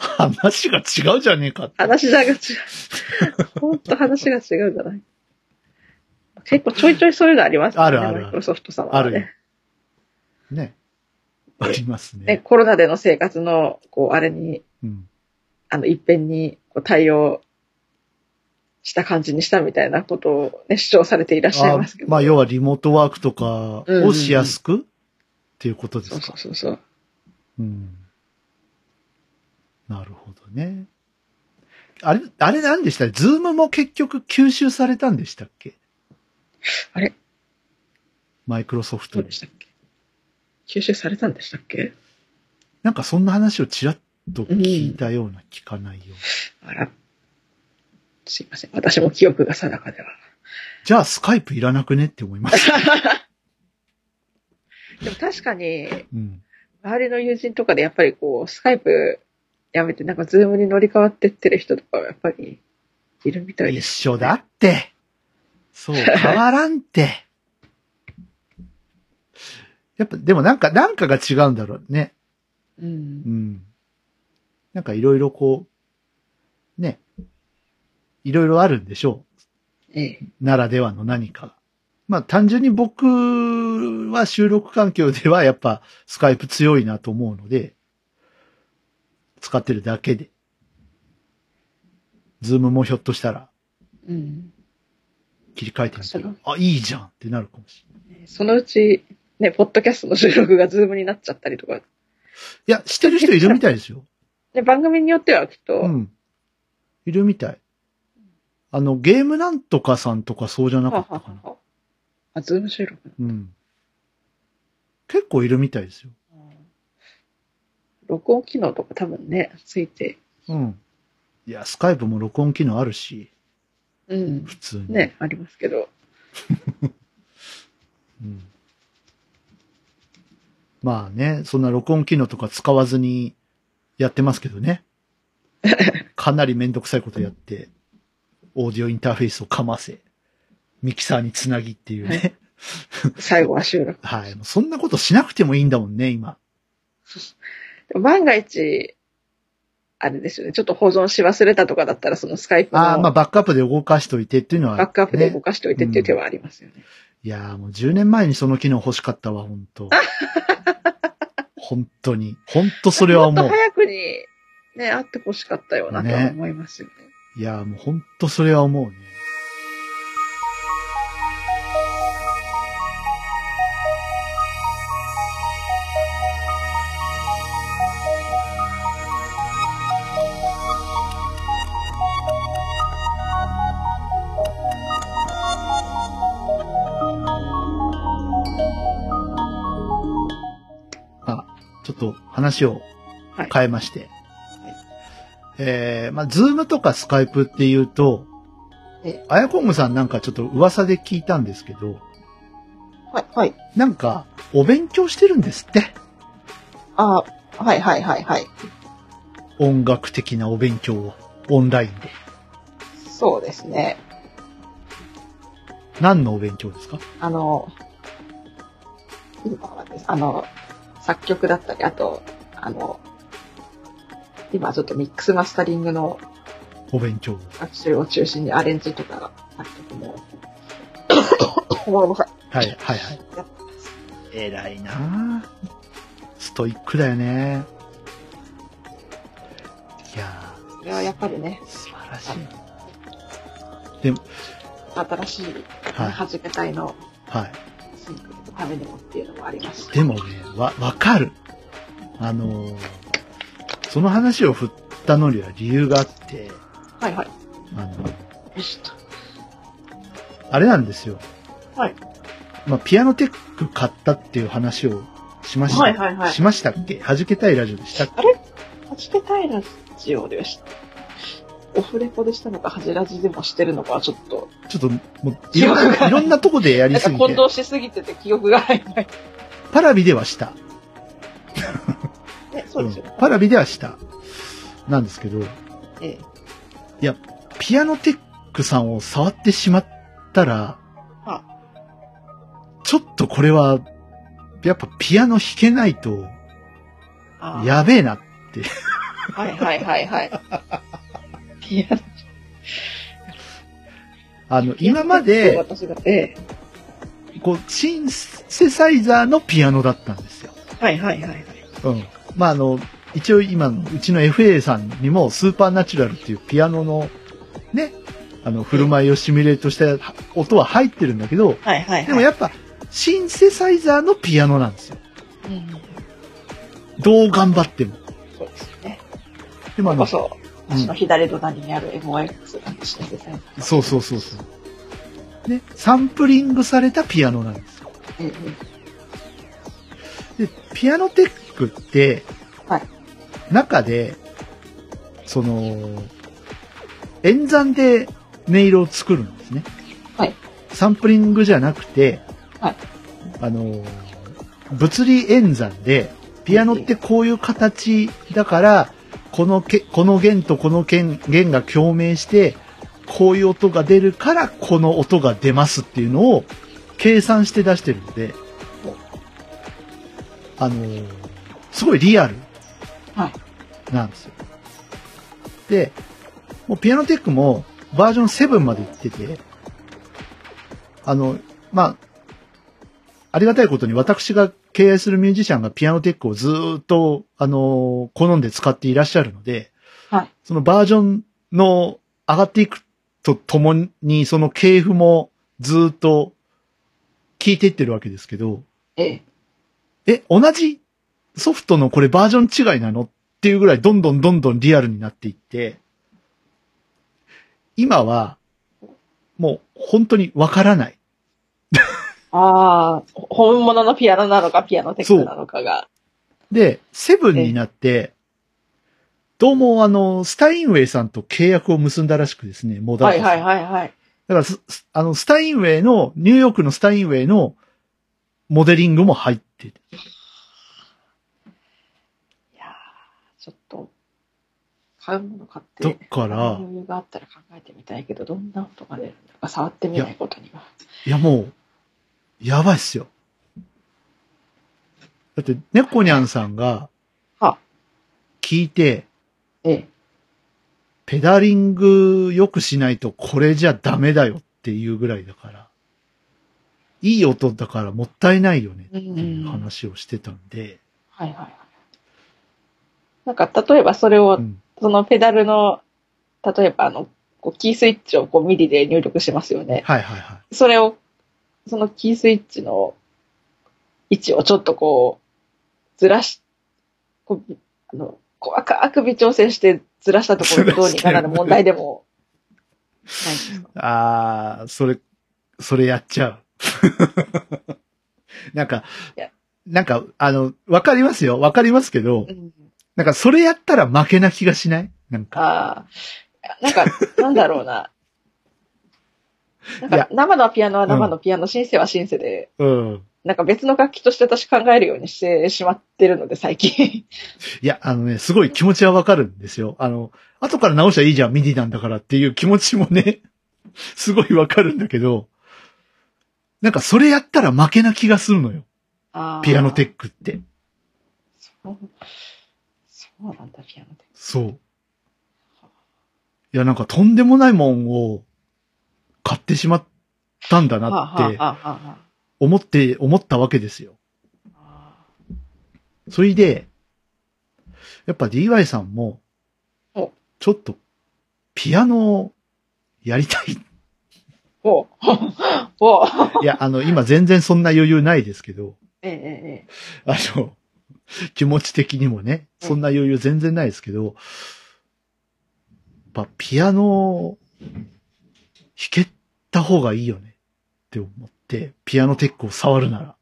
[SPEAKER 1] 話が違うじゃねえかって。
[SPEAKER 2] 話じゃが
[SPEAKER 1] <laughs>
[SPEAKER 2] 違う。ほんと話が違うじゃない。結構ちょいちょいそういうのありますね。
[SPEAKER 1] あるあるある
[SPEAKER 2] マイクロソフト様
[SPEAKER 1] あ
[SPEAKER 2] は
[SPEAKER 1] るよ
[SPEAKER 2] ね。。
[SPEAKER 1] ね。あります
[SPEAKER 2] ね、
[SPEAKER 1] ね。
[SPEAKER 2] コロナでの生活の、こう、あれに
[SPEAKER 1] うん。
[SPEAKER 2] あの、いっぺんにこう対応した感じにしたみたいなことをね、主張されていらっしゃい
[SPEAKER 1] あ
[SPEAKER 2] ますけど。
[SPEAKER 1] まあ、要はリモートワークとかをしやすく、っていうことです
[SPEAKER 2] そう
[SPEAKER 1] か。
[SPEAKER 2] そうそうそう。
[SPEAKER 1] うん。なるほどね。あれ、あれなんでしたズームも結局吸収されたんでしたっけ
[SPEAKER 2] あれ
[SPEAKER 1] マイクロソフト
[SPEAKER 2] どう
[SPEAKER 1] に
[SPEAKER 2] で。したっけ吸収されたんでしたっけ
[SPEAKER 1] なんかそんな話をちらっと聞いたような、聞かないような。
[SPEAKER 2] あら。すいません。私も記憶が定かでは。
[SPEAKER 1] じゃあスカイプいらなくねって思い
[SPEAKER 2] <laughs>
[SPEAKER 1] ます。
[SPEAKER 2] でも確かに、
[SPEAKER 1] うん。
[SPEAKER 2] 周りの友人とかでやっぱりこう、スカイプやめてなんかズームに乗り換わってってる人とかはやっぱりいるみたいで
[SPEAKER 1] 一
[SPEAKER 2] す。
[SPEAKER 1] 緒だって。そう、変わらん
[SPEAKER 2] <laughs>
[SPEAKER 1] って。やっぱ、でもなんか、なんかが違うんだろうね。
[SPEAKER 2] う。
[SPEAKER 1] うんん。なんかいろいろこう、ね。いろいろあるんでしょ
[SPEAKER 2] ええ。
[SPEAKER 1] う。ならではの何か。まあ単純に僕は収録環境ではやっぱスカイプ強いなと思うので、使ってるだけで。ズームもひょっとしたら
[SPEAKER 2] うん。
[SPEAKER 1] 切り替えてみたら、あ、いいじゃんってなるかもしれない。
[SPEAKER 2] そのうち、ね、ポッドキャストの収録がズームになっちゃったりとか、
[SPEAKER 1] いや、知ってる人いるみたいですよ。
[SPEAKER 2] ね、番組によってはきっと、
[SPEAKER 1] <laughs> うん。いるみたい。あの、ゲームなんとかさんとかそうじゃな
[SPEAKER 2] は
[SPEAKER 1] か
[SPEAKER 2] は
[SPEAKER 1] ったかな
[SPEAKER 2] は。はあ、ズーム収録。
[SPEAKER 1] うん。結構いるみたいですよ。
[SPEAKER 2] 録音機能とか多分ね、ついて、
[SPEAKER 1] うん。いや、スカイプも録音機能あるし、
[SPEAKER 2] うん。
[SPEAKER 1] 普通に。
[SPEAKER 2] ね、ありますけど、
[SPEAKER 1] うん。まあね、そんな録音機能とか使わずにやってますけど
[SPEAKER 2] <laughs>
[SPEAKER 1] ね。かなりめんどくさいことやって、オーディオインターフェースをかませ、ミキサーにつなぎっていうね。
[SPEAKER 2] 最後は収録。 <laughs>
[SPEAKER 1] はい。もうそんなことしなくてもいいんだもんね、今。
[SPEAKER 2] でも万が一、あれですよね、ちょっと保存し忘れたとかだったら、そのスカイプ
[SPEAKER 1] ああ、まあ
[SPEAKER 2] の
[SPEAKER 1] バックアップで動かしといてっていうのは、ね。
[SPEAKER 2] バックアップで動かしておいてっていう手はありますよね。
[SPEAKER 1] いやーもう10年前にその機能欲しかったわ、本
[SPEAKER 2] <laughs>
[SPEAKER 1] 当本当に。本当それは
[SPEAKER 2] も
[SPEAKER 1] 思
[SPEAKER 2] っ
[SPEAKER 1] う
[SPEAKER 2] と。早くに、ね、会ってほしかったよなとは思いますよね。
[SPEAKER 1] いやーもう本当それは思うね。あ、ちょっと話を
[SPEAKER 2] はい
[SPEAKER 1] 変えまして。えー、まあ、ズームとかスカイプっていうと
[SPEAKER 2] え、
[SPEAKER 1] あやこんぐさんなんかちょっと噂で聞いたんですけど、
[SPEAKER 2] はい、はい。
[SPEAKER 1] なんかお勉強してるんですって。
[SPEAKER 2] ああ、はい、はい、はい、はい。
[SPEAKER 1] 音楽的なお勉強を、オンラインで。
[SPEAKER 2] そうですね。
[SPEAKER 1] 何のお勉強ですか
[SPEAKER 2] あの、今あの、作曲だったり、あと、あの、今ちょっとミックスマスタリングの
[SPEAKER 1] お勉強。
[SPEAKER 2] 学習を中心にアレンジとか、作曲も、ごめんなさい
[SPEAKER 1] はい、はい、はい。
[SPEAKER 2] やってます
[SPEAKER 1] 偉いなあストイックだよね。いや
[SPEAKER 2] それはやっぱりね
[SPEAKER 1] ー、素晴らしい。
[SPEAKER 2] 新しい、
[SPEAKER 1] はい
[SPEAKER 2] 始めたいの
[SPEAKER 1] はい。
[SPEAKER 2] シングルのためにもっていうのもありますし
[SPEAKER 1] でもね、わ、わかる。あのーその話を振ったのには理由があって、
[SPEAKER 2] はいはい。よ
[SPEAKER 1] あの、
[SPEAKER 2] いしょっ
[SPEAKER 1] あれなんですよ。
[SPEAKER 2] はい。
[SPEAKER 1] まあ、ピアノテック買ったっていう話をしました。
[SPEAKER 2] はいはいはい
[SPEAKER 1] しましたっけ弾けたいラジオでしたっけ
[SPEAKER 2] と。はじけたいラジオでし、オフレコでしたのか、はじラジでもしてるのかはちょっと、
[SPEAKER 1] ちょっと、もう、いろん
[SPEAKER 2] <laughs>
[SPEAKER 1] な、いろんなとこでやり
[SPEAKER 2] なん
[SPEAKER 1] す
[SPEAKER 2] か
[SPEAKER 1] ぎ
[SPEAKER 2] 混
[SPEAKER 1] て、
[SPEAKER 2] 同しすぎてて記憶が曖昧。
[SPEAKER 1] パラビではした。
[SPEAKER 2] ね、そうですよね。
[SPEAKER 1] んパラビではした。なんですけど、
[SPEAKER 2] ええ
[SPEAKER 1] ピアノテックさんを触ってしまったら
[SPEAKER 2] は、
[SPEAKER 1] ちょっとこれは、やっぱピアノ弾けないと、
[SPEAKER 2] ああ
[SPEAKER 1] やべえな。
[SPEAKER 2] はいはいはいはい。いや、
[SPEAKER 1] あの、 <laughs> 今まで、
[SPEAKER 2] 私が、ええ
[SPEAKER 1] こう、シンセサイザーのピアノだったんですよ。
[SPEAKER 2] はいはいはいはい。
[SPEAKER 1] うん。まあ、あの、一応今のうちの FA さんにもスーパーナチュラルっていうピアノのね、あの、振る舞いをシミュレートした音は入ってるんだけど、
[SPEAKER 2] はいはいはい。
[SPEAKER 1] でもやっぱシンセサイザーのピアノなんですよ。
[SPEAKER 2] うん、
[SPEAKER 1] どう頑張っても。
[SPEAKER 2] そうですよね。
[SPEAKER 1] でもあ
[SPEAKER 2] こ
[SPEAKER 1] の、そ
[SPEAKER 2] そ、私の左隣にある MOX なんですね。
[SPEAKER 1] うそうそうそう。ね、サンプリングされたピアノなんですよ。
[SPEAKER 2] うんうん。
[SPEAKER 1] で、ピアノテックって、
[SPEAKER 2] はい
[SPEAKER 1] 中で、その、演算で音色を作るんですね。
[SPEAKER 2] はい
[SPEAKER 1] サンプリングじゃなくて、
[SPEAKER 2] はい
[SPEAKER 1] あの、物理演算で、ピアノってこういう形だから、このけ、この弦とこの弦弦が共鳴して、こういう音が出るから、この音が出ますっていうのを計算して出してるので、あのーすごいリアル
[SPEAKER 2] はい。
[SPEAKER 1] なんですよ。で、もうピアノテックもバージョン7まで行ってて、あの、まあ、ありがたいことに私が敬愛するミュージシャンがピアノテックをずーっと、あのー好んで使っていらっしゃるので、
[SPEAKER 2] はい
[SPEAKER 1] そのバージョンの上がっていくとともに、その系譜もずーっと聞いていってるわけですけど、
[SPEAKER 2] ええ
[SPEAKER 1] え、同じソフトのこれバージョン違いなのっていうぐらいどんどんどんどんリアルになっていって、今は、もう本当にわからない。
[SPEAKER 2] ああ、本物のピアノなのか、ピアノテクなのかが。
[SPEAKER 1] で、セブンになって、どうもあの、スタインウェイさんと契約を結んだらしくですね、モダー
[SPEAKER 2] はい
[SPEAKER 1] トさん
[SPEAKER 2] はいはいはい。
[SPEAKER 1] だからす、すあの、スタインウェイの、ニューヨークのスタインウェイのモデリングも入ってて
[SPEAKER 2] いやーちょっと、買うもの買って、
[SPEAKER 1] だから
[SPEAKER 2] 余裕があったら考えてみたいけど、どんな音が出るのか、触ってみないことには。
[SPEAKER 1] いや、もう、やばいっすよ。だって、猫にゃんさんが
[SPEAKER 2] は、
[SPEAKER 1] 聞いて、
[SPEAKER 2] ええ。
[SPEAKER 1] ペダリング良くしないとこれじゃダメだよっていうぐらいだから、いい音だからもったいないよね
[SPEAKER 2] う。
[SPEAKER 1] っていうん
[SPEAKER 2] はい
[SPEAKER 1] 話をしてたんで、
[SPEAKER 2] はいはい。なんか、例えばそれを、
[SPEAKER 1] うん
[SPEAKER 2] そのペダルの、例えばあの、こうキースイッチをこうミリで入力しますよね。
[SPEAKER 1] はいはいはい。
[SPEAKER 2] それを、そのキースイッチの位置をちょっとこう、ずらし、こうあの細かく微調整してずらしたところどうにかなる問題でも、ないんですか
[SPEAKER 1] あー、それ、それやっちゃう。 <laughs> なんか
[SPEAKER 2] いや、
[SPEAKER 1] なんか、あの、わかりますよ。わかりますけど
[SPEAKER 2] う、ん、
[SPEAKER 1] なんかそれやったら負けな気がしないなんか。
[SPEAKER 2] ああ、なんか、なんだろうな。なん
[SPEAKER 1] いや
[SPEAKER 2] か生のピアノは生のピアノ、シンセはシンセで、
[SPEAKER 1] うん。
[SPEAKER 2] なんか別の楽器として私考えるようにしてしまってるので、最
[SPEAKER 1] <laughs>
[SPEAKER 2] 近。
[SPEAKER 1] いや、あのね、すごい気持ちはわかるんですよ。あの、後から直したらいいじゃん、ミディなんだからっていう気持ちもね、 <laughs> すごいわかるんだけど、なんかそれやったら負けな気がするのよ。
[SPEAKER 2] あー
[SPEAKER 1] ピアノテックって。
[SPEAKER 2] そう。そうなんだ、ピアノテッ
[SPEAKER 1] そう。いや、なんかとんでもないもんを買ってしまったんだ
[SPEAKER 2] ク。はあ、
[SPEAKER 1] な
[SPEAKER 2] は
[SPEAKER 1] って
[SPEAKER 2] あ、はあ、は
[SPEAKER 1] 思って、思ったわけですよ。
[SPEAKER 2] ああ
[SPEAKER 1] それで、やっぱ DY さんも
[SPEAKER 2] お、
[SPEAKER 1] ちょっと、ピアノをやりたい。
[SPEAKER 2] ー。おうおう <laughs>
[SPEAKER 1] いや、あの、今全然そんな余裕ないですけど、
[SPEAKER 2] ええええ
[SPEAKER 1] あの、気持ち的にもね、そんな余裕全然ないですけど、やっぱピアノを弾けた方がいいよねって思って、ピアノテックを触るなら、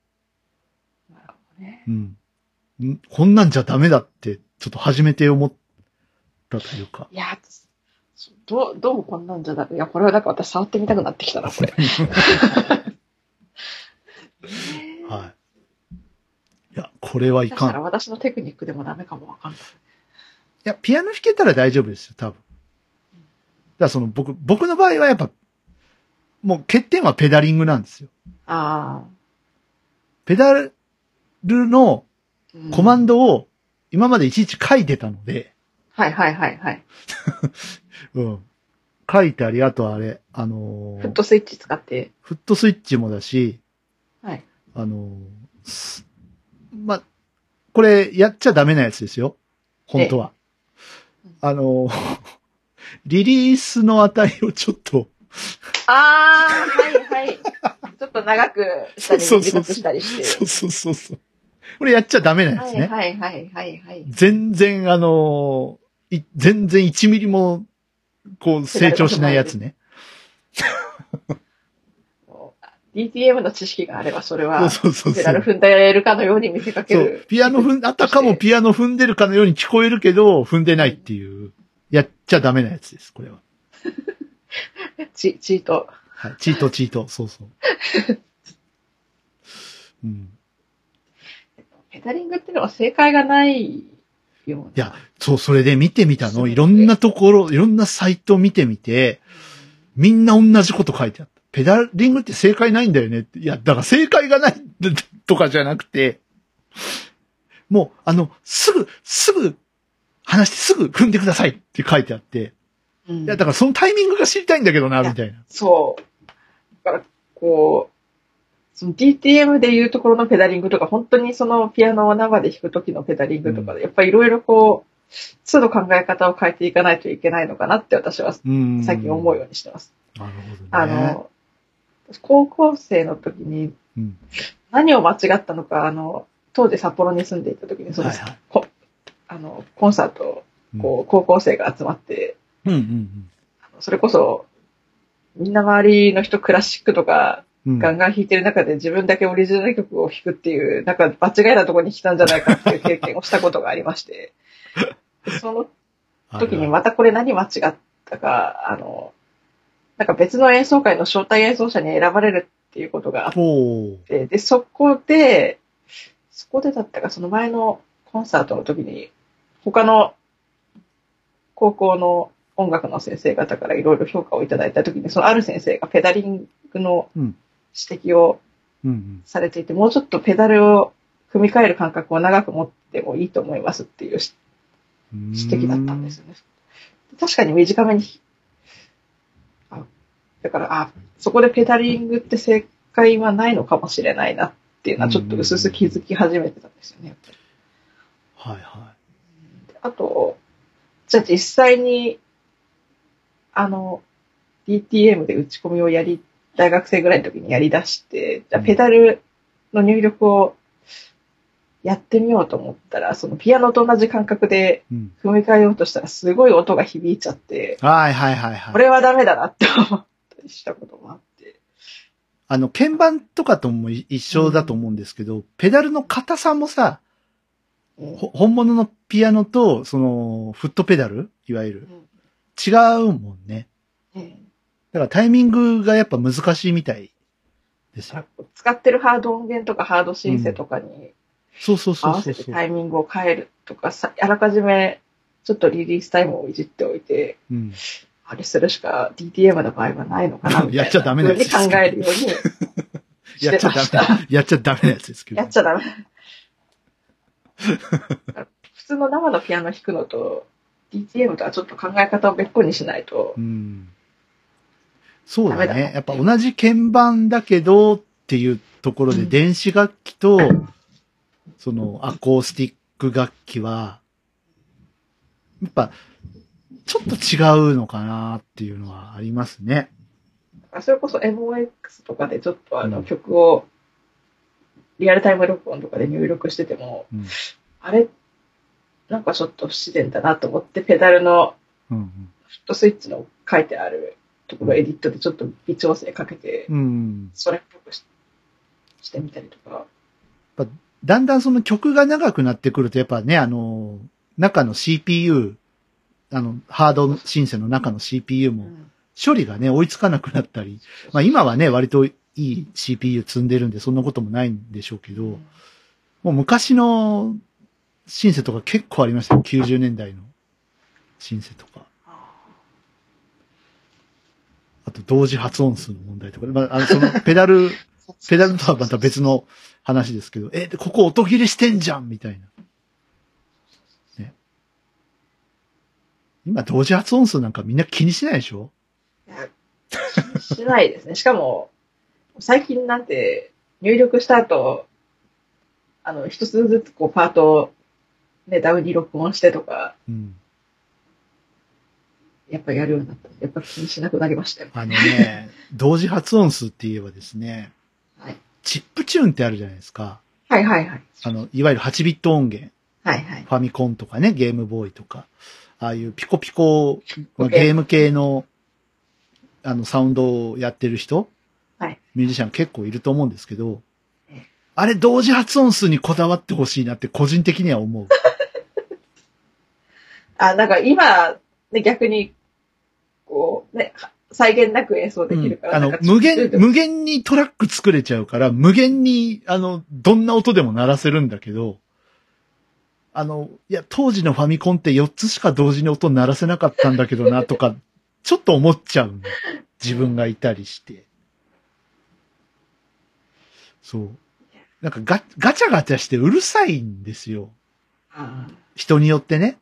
[SPEAKER 2] ええ。なるほどね。
[SPEAKER 1] うん。んこんなんじゃダメだって、ちょっと初めて思ったというか。
[SPEAKER 2] いや、そどう、どうもこんなんじゃだいや、これはなんか私触ってみたくなってきたな、これ。
[SPEAKER 1] はい。いや、これはい
[SPEAKER 2] だ
[SPEAKER 1] か
[SPEAKER 2] か
[SPEAKER 1] ん。い
[SPEAKER 2] ら私のテクニックでもダメかもわかんない。
[SPEAKER 1] や、ピアノ弾けたら大丈夫ですよ、多分。だからその僕、僕の場合はやっぱ、もう欠点はペダリングなんですよ。
[SPEAKER 2] ああ。
[SPEAKER 1] ペダルの
[SPEAKER 2] うん
[SPEAKER 1] コマンドを今までいちいち書いてたので、
[SPEAKER 2] はいはいはいはい。
[SPEAKER 1] うん。書いたり、あとあれ、あのー
[SPEAKER 2] フットスイッチ使って。
[SPEAKER 1] フットスイッチもだし、
[SPEAKER 2] はい。
[SPEAKER 1] あのーすま、これやっちゃダメなやつですよ。本当は
[SPEAKER 2] ええ。
[SPEAKER 1] あの <laughs> ーリリースの値をちょっと、
[SPEAKER 2] ああ、はい
[SPEAKER 1] <laughs>
[SPEAKER 2] はい。ちょっと長くしたり、
[SPEAKER 1] そうそうそう
[SPEAKER 2] 短くしたりし
[SPEAKER 1] そ
[SPEAKER 2] て。
[SPEAKER 1] うそうそうそう。これやっちゃダメなや
[SPEAKER 2] は
[SPEAKER 1] つ
[SPEAKER 2] い
[SPEAKER 1] ね。
[SPEAKER 2] はいはいはいはい。
[SPEAKER 1] 全然あのーい全然1ミリも、こう成長しないやつね。
[SPEAKER 2] もう DTM の知識があれば、それは、
[SPEAKER 1] そうそうそ
[SPEAKER 2] ペ
[SPEAKER 1] う
[SPEAKER 2] ダ
[SPEAKER 1] そ
[SPEAKER 2] ル
[SPEAKER 1] う。
[SPEAKER 2] 踏んでやれるかのように見せかけ
[SPEAKER 1] そう
[SPEAKER 2] る。。
[SPEAKER 1] ピアノ踏ん、あたかもピアノ踏んでるかのように聞こえるけど、踏んでないっていう、やっちゃダメなやつです、これは。
[SPEAKER 2] チチート。
[SPEAKER 1] はい。チート、チート、そうそう。うん。
[SPEAKER 2] ペダリングっていうのは正解がないような。
[SPEAKER 1] いや、そう、それで見てみた
[SPEAKER 2] そう
[SPEAKER 1] の。
[SPEAKER 2] ね
[SPEAKER 1] いろんなところ、いろんなサイト見てみて、みんな同じこと書いてあった。ペダリングって正解ないんだよねって。いや、だから正解がないとかじゃなくて、もう、あの、すぐ、すぐ、話してすぐ踏んでくださいって書いてあって、
[SPEAKER 2] うん
[SPEAKER 1] いや、だからそのタイミングが知りたいんだけどな、
[SPEAKER 2] いや
[SPEAKER 1] みたいな。
[SPEAKER 2] そう。だから、こう、その DTM でいうところのペダリングとか、本当にそのピアノを生で弾く時のペダリングとかで、やっぱりいろいろこう、都度考え方を変えていかないといけないのかなって私は
[SPEAKER 1] うん。
[SPEAKER 2] 最近思うようにしてます。
[SPEAKER 1] なるほどね。
[SPEAKER 2] あの、高校生の時に
[SPEAKER 1] うん。
[SPEAKER 2] 何を間違ったのか、あの、当時札幌に住んでいた時に、その、
[SPEAKER 1] はいはい
[SPEAKER 2] こあの、コンサート、
[SPEAKER 1] うん
[SPEAKER 2] こう、高校生が集まって、
[SPEAKER 1] うんうん
[SPEAKER 2] あのそれこそ、みんな周りの人クラシックとか、
[SPEAKER 1] うん。うん
[SPEAKER 2] ガンガン弾いてる中で自分だけオリジナル曲を弾くっていう、なんか間違いなとこに来たんじゃないかっていう経験をしたことがあり
[SPEAKER 1] <laughs>
[SPEAKER 2] まして、その時にまたこれ何間違ったか、あの、なんか別の演奏会の招待演奏者に選ばれるっていうことがあっ
[SPEAKER 1] おー
[SPEAKER 2] て、で、そこで、そこでだったか、その前のコンサートの時に、他の高校の音楽の先生方からいろいろ評価をいただいた時に、そのある先生がペダリングの
[SPEAKER 1] うん
[SPEAKER 2] 指摘を、
[SPEAKER 1] うんうん。
[SPEAKER 2] されていて、もうちょっとペダルを組み替える感覚を長く持ってもいいと思いますっていうし指摘だったんですよね。確かに短めに。あだから、あ、そこでペダリングって正解はないのかもしれないなっていうのはちょっと薄々気づき始めてたんですよね。
[SPEAKER 1] はいは
[SPEAKER 2] あと、じゃあ実際に、あの、DTM で打ち込みをやり、大学生ぐらいの時にやり出して、じゃあペダルの入力をやってみようと思ったら、そのピアノと同じ感覚で
[SPEAKER 1] い。うん。
[SPEAKER 2] 組み替えようとしたらすごい音が響いちゃって、
[SPEAKER 1] はいはいはいはい。
[SPEAKER 2] これはダメだなって思ったりしたこともあって。
[SPEAKER 1] あの、鍵盤とかとも一緒だと思うんですけど、ペダルの硬さもさ、
[SPEAKER 2] うん
[SPEAKER 1] ほ本物のピアノと、その、フットペダルいわゆる。違うもんね。
[SPEAKER 2] うん
[SPEAKER 1] だからタイミングがやっぱ難しいみたいですよ。
[SPEAKER 2] 使ってるハード音源とかハードシンセとかに、
[SPEAKER 1] そうそうそ
[SPEAKER 2] 合
[SPEAKER 1] う
[SPEAKER 2] わ
[SPEAKER 1] そう
[SPEAKER 2] せて
[SPEAKER 1] そう。
[SPEAKER 2] タイミングを変えるとかさ、あらかじめちょっとリリースタイムをいじっておいて、
[SPEAKER 1] うん。
[SPEAKER 2] あれするしか DTM の場合はないのかなみたいな。
[SPEAKER 1] やっちゃダメなやつです
[SPEAKER 2] ふうに考えるようにし
[SPEAKER 1] やってちゃ
[SPEAKER 2] ま
[SPEAKER 1] ダメ
[SPEAKER 2] した。
[SPEAKER 1] な、やっちゃダメなやつですけど。
[SPEAKER 2] やっちゃダメ。 <laughs> 普通の生のピアノ弾くのと、DTM とはちょっと考え方を別個にしないと
[SPEAKER 1] う、ん。そうだ
[SPEAKER 2] ダメ
[SPEAKER 1] ね
[SPEAKER 2] だ。
[SPEAKER 1] やっぱ同じ鍵盤だけどっていうところで
[SPEAKER 2] うん
[SPEAKER 1] 電子楽器と、そのアコースティック楽器は、やっぱ、ちょっと違うのかなっていうのはありますね。
[SPEAKER 2] それこそ MOX とかでちょっとあ
[SPEAKER 1] う
[SPEAKER 2] の
[SPEAKER 1] ん
[SPEAKER 2] 曲をリアルタイム録音とかで入力してても、
[SPEAKER 1] うん
[SPEAKER 2] あれ、なんかちょっと不自然だなと思って、ペダルの
[SPEAKER 1] うん
[SPEAKER 2] フットスイッチの書いてあるところエディットでちょっと微調整かけて
[SPEAKER 1] う、ん。うん。
[SPEAKER 2] それっぽくししてみたりとか。
[SPEAKER 1] だんだんその曲が長くなってくると、やっぱね、あの、中の CPU、あの、ハードシンセの中の CPU も処理がね、追いつかなくなったり、まあ今はね、割といい CPU 積んでるんで、そんなこともないんでしょうけど、
[SPEAKER 2] う
[SPEAKER 1] も
[SPEAKER 2] ん
[SPEAKER 1] う昔のシンセとか結構ありましたよ。90年代のシンセとか。あと同時発音数の問題とか、まあ、あのその
[SPEAKER 2] <laughs>
[SPEAKER 1] ペダル、ペダルとはまた別の話ですけど、え、ここ音切れしてんじゃんみたいな。ね。今同時発音数なんかみんな気にしないでしょ
[SPEAKER 2] しないですね。しかも、最近なんて、入力した後、あの、一つずつこう、パートを、ね、ダウンに録音してとか、
[SPEAKER 1] うん。
[SPEAKER 2] やっぱやるようになった。やっぱ気にしなくなりましたよ。
[SPEAKER 1] あの
[SPEAKER 2] <laughs>
[SPEAKER 1] ね、同時発音数って言えばですね、
[SPEAKER 2] はい
[SPEAKER 1] チップチューンってあるじゃないですか。
[SPEAKER 2] はいはいはい。
[SPEAKER 1] あの、いわゆる8ビット音源。
[SPEAKER 2] はいはい。
[SPEAKER 1] ファミコンとかね、ゲームボーイとか、ああいうピコピコ、まあ
[SPEAKER 2] OK
[SPEAKER 1] ゲーム系の、あの、サウンドをやってる人、
[SPEAKER 2] はい
[SPEAKER 1] ミュージシャン結構いると思うんですけど
[SPEAKER 2] ええ、
[SPEAKER 1] あれ同時発音数にこだわってほしいなって個人的には思う。
[SPEAKER 2] あ、なんか今、ね、逆に、こう、ね、再現なく演奏できるから、
[SPEAKER 1] あ
[SPEAKER 2] なん
[SPEAKER 1] の
[SPEAKER 2] か、
[SPEAKER 1] 無限、
[SPEAKER 2] ちょっと
[SPEAKER 1] 無限にトラック作れちゃうから、無限に、あの、どんな音でも鳴らせるんだけど、あの、いや、当時のファミコンって4つしか同時に音鳴らせなかったんだけどな、とか、 <laughs> ちょっと思っちゃうの自分がいたりして。そう。なんかガ、ガチャガチャしてうるさいんですよ。
[SPEAKER 2] あ
[SPEAKER 1] 人によってね。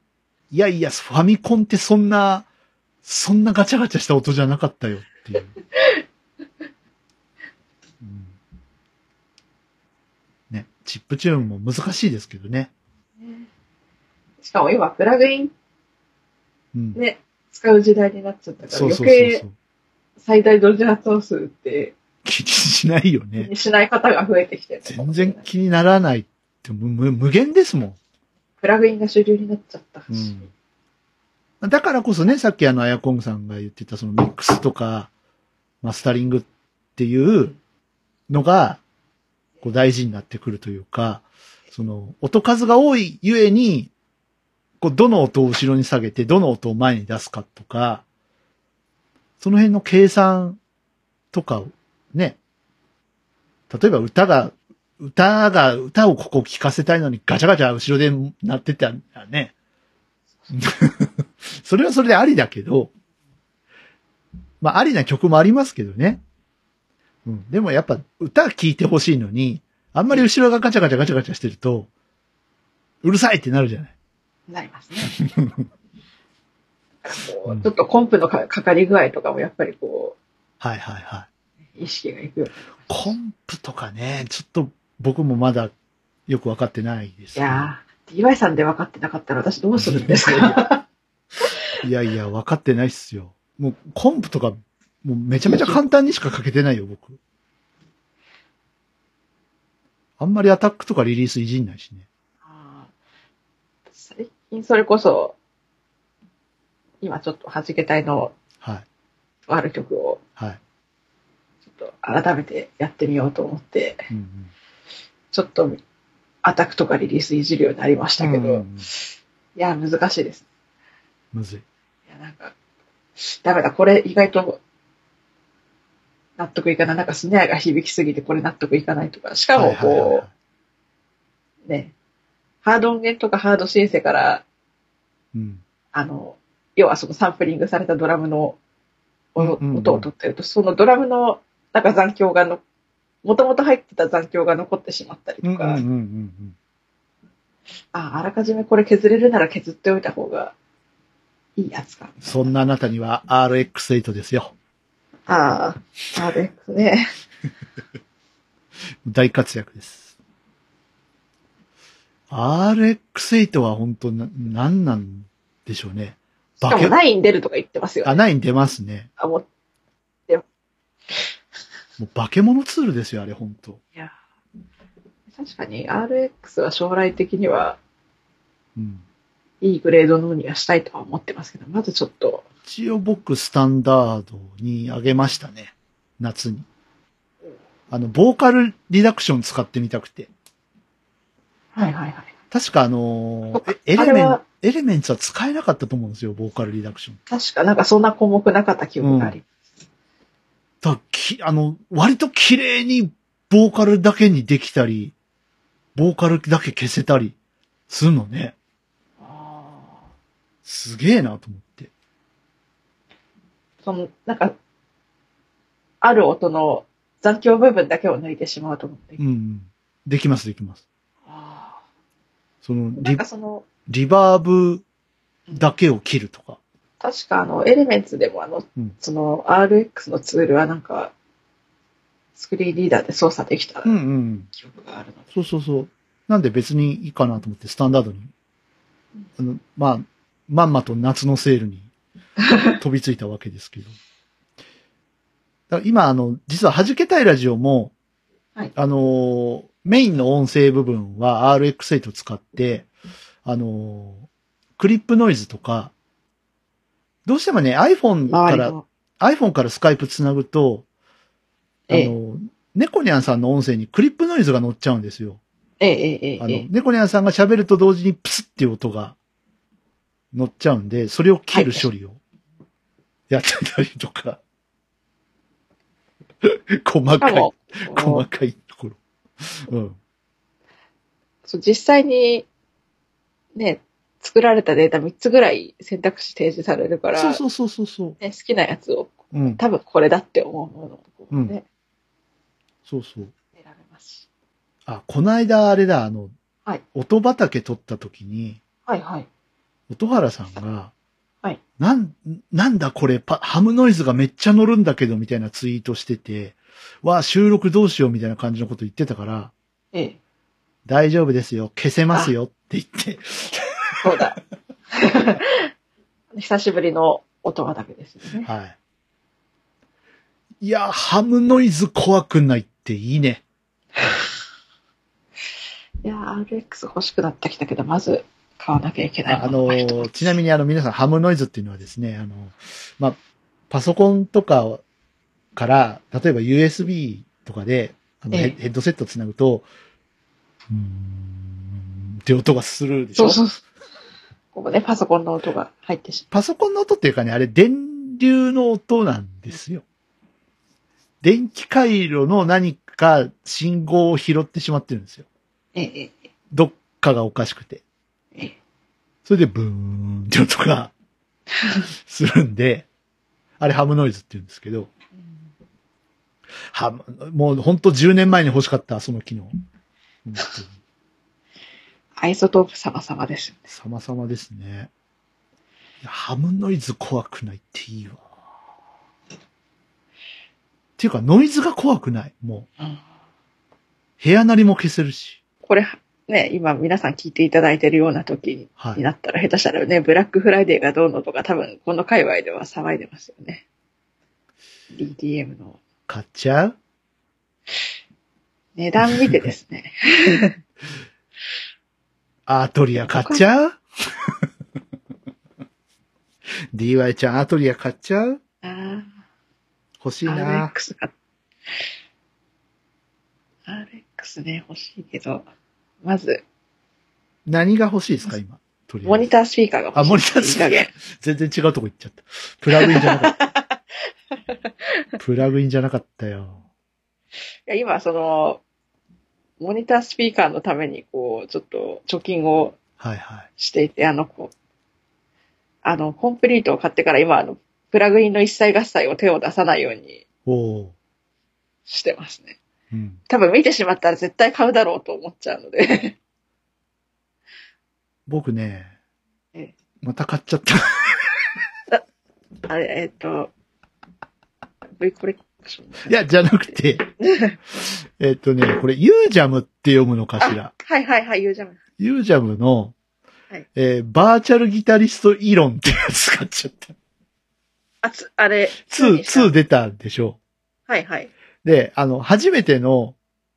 [SPEAKER 1] いやいや、ファミコンってそんな、そんなガチャガチャした音じゃなかったよっていう。 <laughs> うんね、チップチューンも難しいですけどね。
[SPEAKER 2] ーしかも今、プラグイン
[SPEAKER 1] うん。
[SPEAKER 2] ね、使う時代になっちゃったから、
[SPEAKER 1] そう
[SPEAKER 2] 余
[SPEAKER 1] そうそう
[SPEAKER 2] 計
[SPEAKER 1] そう。
[SPEAKER 2] 最大同時発音数って、
[SPEAKER 1] 気にしないよ
[SPEAKER 2] 気
[SPEAKER 1] ね。
[SPEAKER 2] にしない方が増えてきてるのか
[SPEAKER 1] 全
[SPEAKER 2] もしれな
[SPEAKER 1] 然
[SPEAKER 2] い
[SPEAKER 1] 気にならないって無無無限ですもん。
[SPEAKER 2] プラグインが主流になっちゃったし、
[SPEAKER 1] うん。だからこそね、さっきあの、アヤコングさんが言ってた、そのミックスとか、マスタリングっていうのが、こう大事になってくるというか、その、音数が多いゆえに、こう、どの音を後ろに下げて、どの音を前に出すかとか、その辺の計算とかをね、例えば歌が、歌が、歌をここ聞かせたいのにガチャガチャ後ろで鳴ってたらね、それはそれでありだけど、まあありな曲もありますけどね。うん。でもやっぱ歌聴いてほしいのに、あんまり後ろがガチャガチャガチャガチャしてると、うるさいってなるじゃない。
[SPEAKER 2] <laughs> なりますね。なんかこ
[SPEAKER 1] うん
[SPEAKER 2] うちょっとコンプのかかかり具合とかもやっぱりこ
[SPEAKER 1] はいはいはい。
[SPEAKER 2] う、意識がいくようになりました
[SPEAKER 1] コンプとかね、ちょっと僕もまだよくわかってないです
[SPEAKER 2] い
[SPEAKER 1] ね、
[SPEAKER 2] やー、DY さんで分かってなかったら私どうするんですか
[SPEAKER 1] いやいや、わかってないっすよ。もうコンプとか、もうめちゃめちゃ簡単にしか書けてないよ、僕。あんまりアタックとかリリースいじんないしね。
[SPEAKER 2] あー最近それこそ、今ちょっと弾けたいの
[SPEAKER 1] はい。
[SPEAKER 2] ある曲を
[SPEAKER 1] はい。
[SPEAKER 2] ちょっと改めてやってみようと思って、
[SPEAKER 1] うんうん
[SPEAKER 2] ちょっとアタックとかリリースいじるようになりましたけど、
[SPEAKER 1] うんうん
[SPEAKER 2] いや、難しいです。
[SPEAKER 1] むずい。
[SPEAKER 2] いや、なんか、ダメだ、これ意外と、納得いかない。なんかスネアが響きすぎてこれ納得いかないとか。しかも、
[SPEAKER 1] はいはいはいは
[SPEAKER 2] こう、ね、ハード音源とかハードシンセから、
[SPEAKER 1] いうん。
[SPEAKER 2] あの、要はそのサンプリングされたドラムの音
[SPEAKER 1] うんうんうん
[SPEAKER 2] 音を取ってると、そのドラムの、なんか残響がのもともと入ってた残響が残ってしまったり
[SPEAKER 1] うん
[SPEAKER 2] と
[SPEAKER 1] うん
[SPEAKER 2] か、
[SPEAKER 1] うんうんうん。
[SPEAKER 2] あ、あらかじめこれ削れるなら削っておいた方がいいやつか。
[SPEAKER 1] そんなあなたには RX8 ですよ。
[SPEAKER 2] ああ、あれですね。
[SPEAKER 1] 大活躍です。RX8 は本当な、なんなんでしょうね。
[SPEAKER 2] しかも9出るとか言ってますよ、
[SPEAKER 1] あ、
[SPEAKER 2] ね。
[SPEAKER 1] ないに出ますね。
[SPEAKER 2] あ、もう、
[SPEAKER 1] もう化け物ツールですよ、あれ本当
[SPEAKER 2] いや。確かに RX は将来的には
[SPEAKER 1] うん。
[SPEAKER 2] いいグレードのにはしたいとは思ってますけど、まずちょっと、
[SPEAKER 1] 一応僕スタンダードに上げましたね。夏に。あの、ボーカルリダクション使ってみたくて。
[SPEAKER 2] はいはいはい。
[SPEAKER 1] 確かあのーえエ
[SPEAKER 2] あ
[SPEAKER 1] レ
[SPEAKER 2] れ
[SPEAKER 1] メン
[SPEAKER 2] は、
[SPEAKER 1] エレメンツは使えなかったと思うんですよ、ボーカルリダクション。
[SPEAKER 2] 確かなんかそんな項目なかった記憶があり、
[SPEAKER 1] だき、あの、割と綺麗にボーカルだけにできたり、ボーカルだけ消せたりするのね。
[SPEAKER 2] ああ
[SPEAKER 1] すげえなと思って。
[SPEAKER 2] その、なんか、ある音の残響部分だけを抜いてしまうと思って。
[SPEAKER 1] うんうん。できます、できます。
[SPEAKER 2] あ
[SPEAKER 1] その
[SPEAKER 2] ーなん
[SPEAKER 1] リ
[SPEAKER 2] か、その、
[SPEAKER 1] リバーブだけを切るとか。
[SPEAKER 2] 確かあの、エレメンツでもあの、
[SPEAKER 1] うん
[SPEAKER 2] その RX のツールはなんか、スクリーンリーダーで操作できた
[SPEAKER 1] うんうん。
[SPEAKER 2] 記憶があるので。
[SPEAKER 1] そうそうそう。なんで別にいいかなと思って、スタンダードに。あの、まあ、まんまと夏のセール
[SPEAKER 2] <laughs>
[SPEAKER 1] に飛びついたわけですけど。だから今、あの、実は弾けたいラジオも、
[SPEAKER 2] はい
[SPEAKER 1] あのー、メインの音声部分は RX8 使って、あのー、クリップノイズとか、どうしてもね、iPhone か
[SPEAKER 2] 周り
[SPEAKER 1] ら、
[SPEAKER 2] の。
[SPEAKER 1] iPhone からスカイプつなぐと、あ
[SPEAKER 2] ええ、
[SPEAKER 1] の、猫ニャンさんの音声にクリップノイズが乗っちゃうんですよ。
[SPEAKER 2] ええ、ええ
[SPEAKER 1] あ、
[SPEAKER 2] え
[SPEAKER 1] の
[SPEAKER 2] え、。
[SPEAKER 1] 猫ニャンさんが喋ると同時にプスっていう音が乗っちゃうんで、それを切る処理をやってたりとか。細
[SPEAKER 2] しか
[SPEAKER 1] かい
[SPEAKER 2] も、、
[SPEAKER 1] 細かいところ。うん。
[SPEAKER 2] そう実際に、ね、作られたデータ3つぐらい選択肢提示されるから、
[SPEAKER 1] そうそうそうそうそ
[SPEAKER 2] ね、好きなやつを、
[SPEAKER 1] う。うん。
[SPEAKER 2] 多分これだって思うものをこうね、
[SPEAKER 1] そうそう。
[SPEAKER 2] 選べますし。
[SPEAKER 1] あ、こないだあれだ、あの、
[SPEAKER 2] はい
[SPEAKER 1] 音畑撮った時に、
[SPEAKER 2] はいはい。
[SPEAKER 1] 音原さんが、
[SPEAKER 2] はい
[SPEAKER 1] なん、なんだこれ、パハムノイズがめっちゃ乗るんだけど、みたいなツイートしてて、わあ、収録どうしようみたいな感じのこと言ってたから、
[SPEAKER 2] ええ、
[SPEAKER 1] 大丈夫ですよ、消せますよって言って、
[SPEAKER 2] そ
[SPEAKER 1] <laughs>
[SPEAKER 2] うだ。久しぶりの音はダメですよね。
[SPEAKER 1] はい。いや、ハムノイズ怖くないっていいね。
[SPEAKER 2] いやー、RX 欲しくなってきたけど、まず買わなきゃいけない
[SPEAKER 1] ああのー、ちなみにあの皆さん、ハムノイズっていうのはですね、あの、まあ、パソコンとかから、例えば USB とかで、あのヘ
[SPEAKER 2] ええ
[SPEAKER 1] ッヘッドセットつなぐと、うーんって音がするでし
[SPEAKER 2] そ
[SPEAKER 1] ょ
[SPEAKER 2] うそうそう。ここね、パソコンの音が入ってし
[SPEAKER 1] パソコンの音っていうかね、あれ電流の音なんですよ。電気回路の何か信号を拾ってしまってるんですよ。
[SPEAKER 2] まう。ええ、
[SPEAKER 1] どっかがおかしくて。
[SPEAKER 2] ええ、
[SPEAKER 1] それでブーンって音がするんで、あれハムノイズって言うんですけど、ハム、もうほんと10年前に欲しかった、その機能。本当に
[SPEAKER 2] アイソトープ様々ですよね。
[SPEAKER 1] 様々ですね。いやハムノイズ怖くないっていいわ。っていうか、ノイズが怖くない。もう、部屋なりも消せるし。
[SPEAKER 2] これ、ね、今皆さん聞いていただいてるような時
[SPEAKER 1] はい
[SPEAKER 2] になったら、下手したらね、ブラックフライデーがどうのとか、多分この界隈では騒いでますよね。DTM の
[SPEAKER 1] 買っちゃう
[SPEAKER 2] 値段見てですね。
[SPEAKER 1] <laughs> アートリア買っち
[SPEAKER 2] <laughs>
[SPEAKER 1] ゃう ?DY ちゃん、アートリア買っちゃう
[SPEAKER 2] ああ。
[SPEAKER 1] 欲しいな。
[SPEAKER 2] RX が。RX ね、欲しいけど、まず、
[SPEAKER 1] 何が欲しいですか、今。とりあ
[SPEAKER 2] モ
[SPEAKER 1] え
[SPEAKER 2] ニ
[SPEAKER 1] ず。
[SPEAKER 2] タースピーカーが欲しい。
[SPEAKER 1] あモニタースピーカー
[SPEAKER 2] いい加減
[SPEAKER 1] 全然違うとこ行っちゃった。プラグインじゃなかっ
[SPEAKER 2] <laughs>
[SPEAKER 1] た。プラグインじゃなかったよ。
[SPEAKER 2] いや今、その、モニタースピーカーのために、こう、ちょっと貯金を
[SPEAKER 1] はいはい。
[SPEAKER 2] していて、あの、こう、あの、コンプリートを買ってから今、あの、プラグインの一切合切を手を出さないように
[SPEAKER 1] おー
[SPEAKER 2] してますね。
[SPEAKER 1] うん。
[SPEAKER 2] 多分見てしまったら絶対買うだろうと思っちゃうので。
[SPEAKER 1] 僕ね
[SPEAKER 2] え、
[SPEAKER 1] また買っちゃった。
[SPEAKER 2] <laughs>
[SPEAKER 1] <laughs>
[SPEAKER 2] あれ、えっ、と、V コレクション。
[SPEAKER 1] いや、じゃなくて、えっとね、これ、ユージャムって読むのかしら
[SPEAKER 2] あ。はいはいはい、言うじゃん。
[SPEAKER 1] ユージャムの、
[SPEAKER 2] はい
[SPEAKER 1] えーバーチャルギタリストイロンってやつ買っちゃった。
[SPEAKER 2] あ、つ、あれ。
[SPEAKER 1] 2、
[SPEAKER 2] 何でした
[SPEAKER 1] 2出たでしょ
[SPEAKER 2] はいはい。
[SPEAKER 1] で、あの、初めての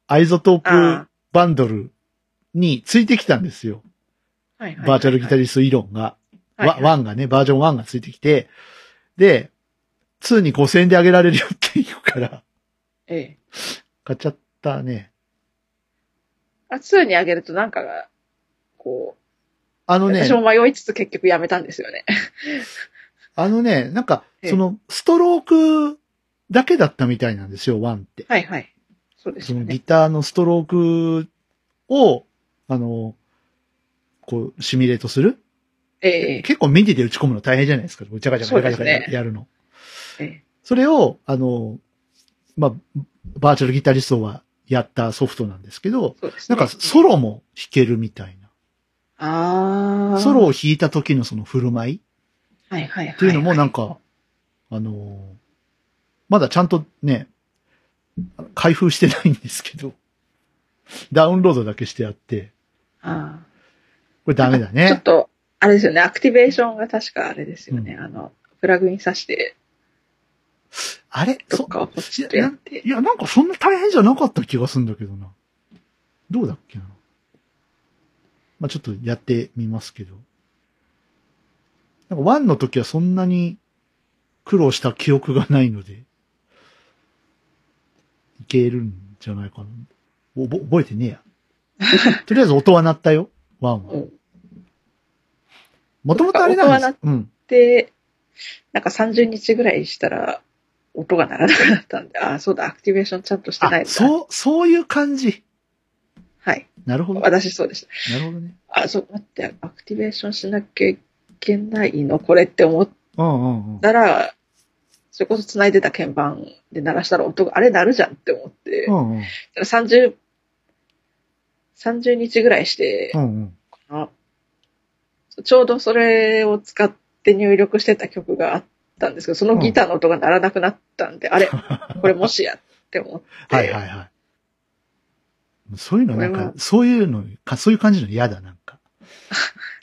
[SPEAKER 1] アイゾトープ
[SPEAKER 2] あ
[SPEAKER 1] バンドルについてきたんですよ。
[SPEAKER 2] あ。はいはいはい。
[SPEAKER 1] バーチャルギタ
[SPEAKER 2] リ
[SPEAKER 1] リストイロンが。
[SPEAKER 2] はいはい
[SPEAKER 1] ワン1がね、バージョン1がついてきて、で、2に5000円であげられるよって言うから、
[SPEAKER 2] ええ。
[SPEAKER 1] 買っちゃったね。
[SPEAKER 2] あ、2にあげるとなんかが、こ
[SPEAKER 1] あの
[SPEAKER 2] う、
[SPEAKER 1] ね、
[SPEAKER 2] 私も迷いつつ結局やめたんですよね。
[SPEAKER 1] あのね、なんか、
[SPEAKER 2] ええ
[SPEAKER 1] その、ストロークだけだったみたいなんですよ、1って。
[SPEAKER 2] はいはい。そうです
[SPEAKER 1] そ
[SPEAKER 2] よ
[SPEAKER 1] のギ
[SPEAKER 2] ね。
[SPEAKER 1] ターのストロークを、あの、こう、シミュレートする、
[SPEAKER 2] ええ。
[SPEAKER 1] 結構ミディで打ち込むの大変じゃないですか。ぐちゃぐちゃぐちゃぐちゃぐちゃ
[SPEAKER 2] そうですね
[SPEAKER 1] やるの。
[SPEAKER 2] ええ
[SPEAKER 1] それを、あの、まあ、バーチャルギタリストはやったソフトなんですけど、
[SPEAKER 2] そうです
[SPEAKER 1] な
[SPEAKER 2] ね。
[SPEAKER 1] んかソロも弾けるみたい
[SPEAKER 2] あ
[SPEAKER 1] な。
[SPEAKER 2] あ。
[SPEAKER 1] ソロを弾いた時のその振る舞い
[SPEAKER 2] はいはいはい。
[SPEAKER 1] っていうのもなんか、あの、まだちゃんとね、開封してないんですけど、ダウンロードだけしてあって、
[SPEAKER 2] あ
[SPEAKER 1] これダメだ
[SPEAKER 2] あちょっ
[SPEAKER 1] ね。
[SPEAKER 2] と、あれですよね、アクティベーションが確かあれですよね、あの、プラグイン挿して、
[SPEAKER 1] あれ
[SPEAKER 2] ど
[SPEAKER 1] そ
[SPEAKER 2] っかをポチッとやって
[SPEAKER 1] い、や、なんかそんな大変じゃなかった気がするんだけどな。どうだっけな。まあちょっとやってみますけど。なんか1の時はそんなに苦労した記憶がないので、いけるんじゃないかな。おぼ覚えて
[SPEAKER 2] <laughs>
[SPEAKER 1] ねえや。とりあえず音は鳴ったよ、1は
[SPEAKER 2] うん。
[SPEAKER 1] もともとあれなん
[SPEAKER 2] 音は
[SPEAKER 1] で
[SPEAKER 2] 鳴
[SPEAKER 1] す。うん。
[SPEAKER 2] で、なんか30日ぐらいしたら、音が鳴らなくなったんで、ああ、そうだ、アクティベーションちゃんとしてない
[SPEAKER 1] あ、
[SPEAKER 2] んだ
[SPEAKER 1] そう、そういう感じ。
[SPEAKER 2] はい。
[SPEAKER 1] なるほど。なる
[SPEAKER 2] 私そうでした。
[SPEAKER 1] ほどね。
[SPEAKER 2] あ、そう、待って、アクティベーションしなきゃいけないの、これって思っ
[SPEAKER 1] うんうんうん。
[SPEAKER 2] たら、それこそ繋いでた鍵盤で鳴らしたら音が、あれ鳴るじゃんって思って、
[SPEAKER 1] うんうん。
[SPEAKER 2] 30、30日ぐらいして
[SPEAKER 1] う、んうん。
[SPEAKER 2] あちょうどそれを使って入力してた曲があったんですけど、そのギターの音が鳴らなくなったん
[SPEAKER 1] <laughs>
[SPEAKER 2] で、あれ、これもしやって思って。
[SPEAKER 1] はいはいはい。そういうのなん
[SPEAKER 2] これ
[SPEAKER 1] か
[SPEAKER 2] は、
[SPEAKER 1] そういうのか、そういう感じの嫌だ、なんか。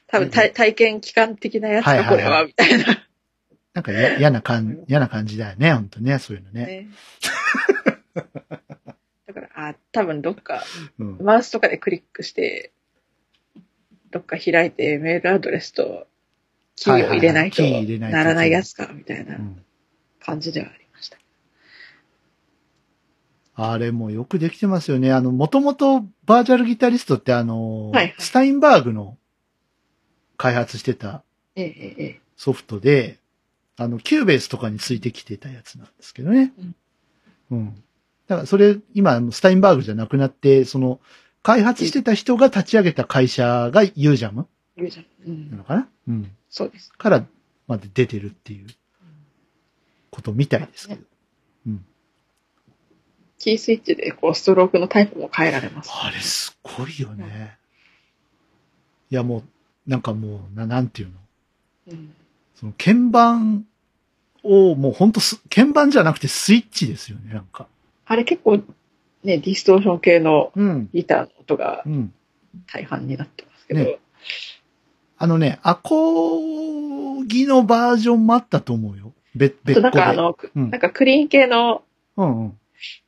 [SPEAKER 2] 多分体体験期間的なやつ
[SPEAKER 1] はい
[SPEAKER 2] か、
[SPEAKER 1] はいはい
[SPEAKER 2] これは、みたいな
[SPEAKER 1] なんか
[SPEAKER 2] <laughs>
[SPEAKER 1] や嫌な感
[SPEAKER 2] う、ん
[SPEAKER 1] 嫌な感じだよね、ほんとね、そういうのね。
[SPEAKER 2] ね。 <laughs> だから、あ、多分どっか、
[SPEAKER 1] うん。
[SPEAKER 2] マウスとかでクリックして、どっか開いてメールアドレスとキーを入れないと
[SPEAKER 1] はいはいはいキー入れないと
[SPEAKER 2] ならないやつか、みたいうなん感じではありました。
[SPEAKER 1] あれもよくできてますよね。あの、もともとバーチャルギタリストってあの、
[SPEAKER 2] はいはい
[SPEAKER 1] スタインバーグの開発してた
[SPEAKER 2] ええええええ。
[SPEAKER 1] ソフトで、あの、キューベースとかについてきてたやつなんですけどね
[SPEAKER 2] うん。
[SPEAKER 1] うん。だからそれ、今、スタインバーグじゃなくなって、その、開発してた人が立ち上げた会社がユージャム
[SPEAKER 2] ゆうちゃん。うん
[SPEAKER 1] なのかなうん。
[SPEAKER 2] そうです。
[SPEAKER 1] から、まで出てるっていうことみたいですけど。
[SPEAKER 2] キースイッチでこうストロークのタイプも変えられます。
[SPEAKER 1] あれすごいよね。いやもう、なんかもう、ななんていうの
[SPEAKER 2] うん、
[SPEAKER 1] その鍵盤をもうほんとす、鍵盤じゃなくてスイッチですよね、なんか。
[SPEAKER 2] あれ結構ね、ディストーション系の
[SPEAKER 1] うん。
[SPEAKER 2] ギターの音が
[SPEAKER 1] うん。
[SPEAKER 2] 大半になってますけど、
[SPEAKER 1] ねあのね、アコギのバージョンもあったと思うよ。別、
[SPEAKER 2] あ
[SPEAKER 1] 別
[SPEAKER 2] と
[SPEAKER 1] 個
[SPEAKER 2] なん
[SPEAKER 1] で。
[SPEAKER 2] かあの、く
[SPEAKER 1] うん
[SPEAKER 2] なんかクリーン系の
[SPEAKER 1] うんうん。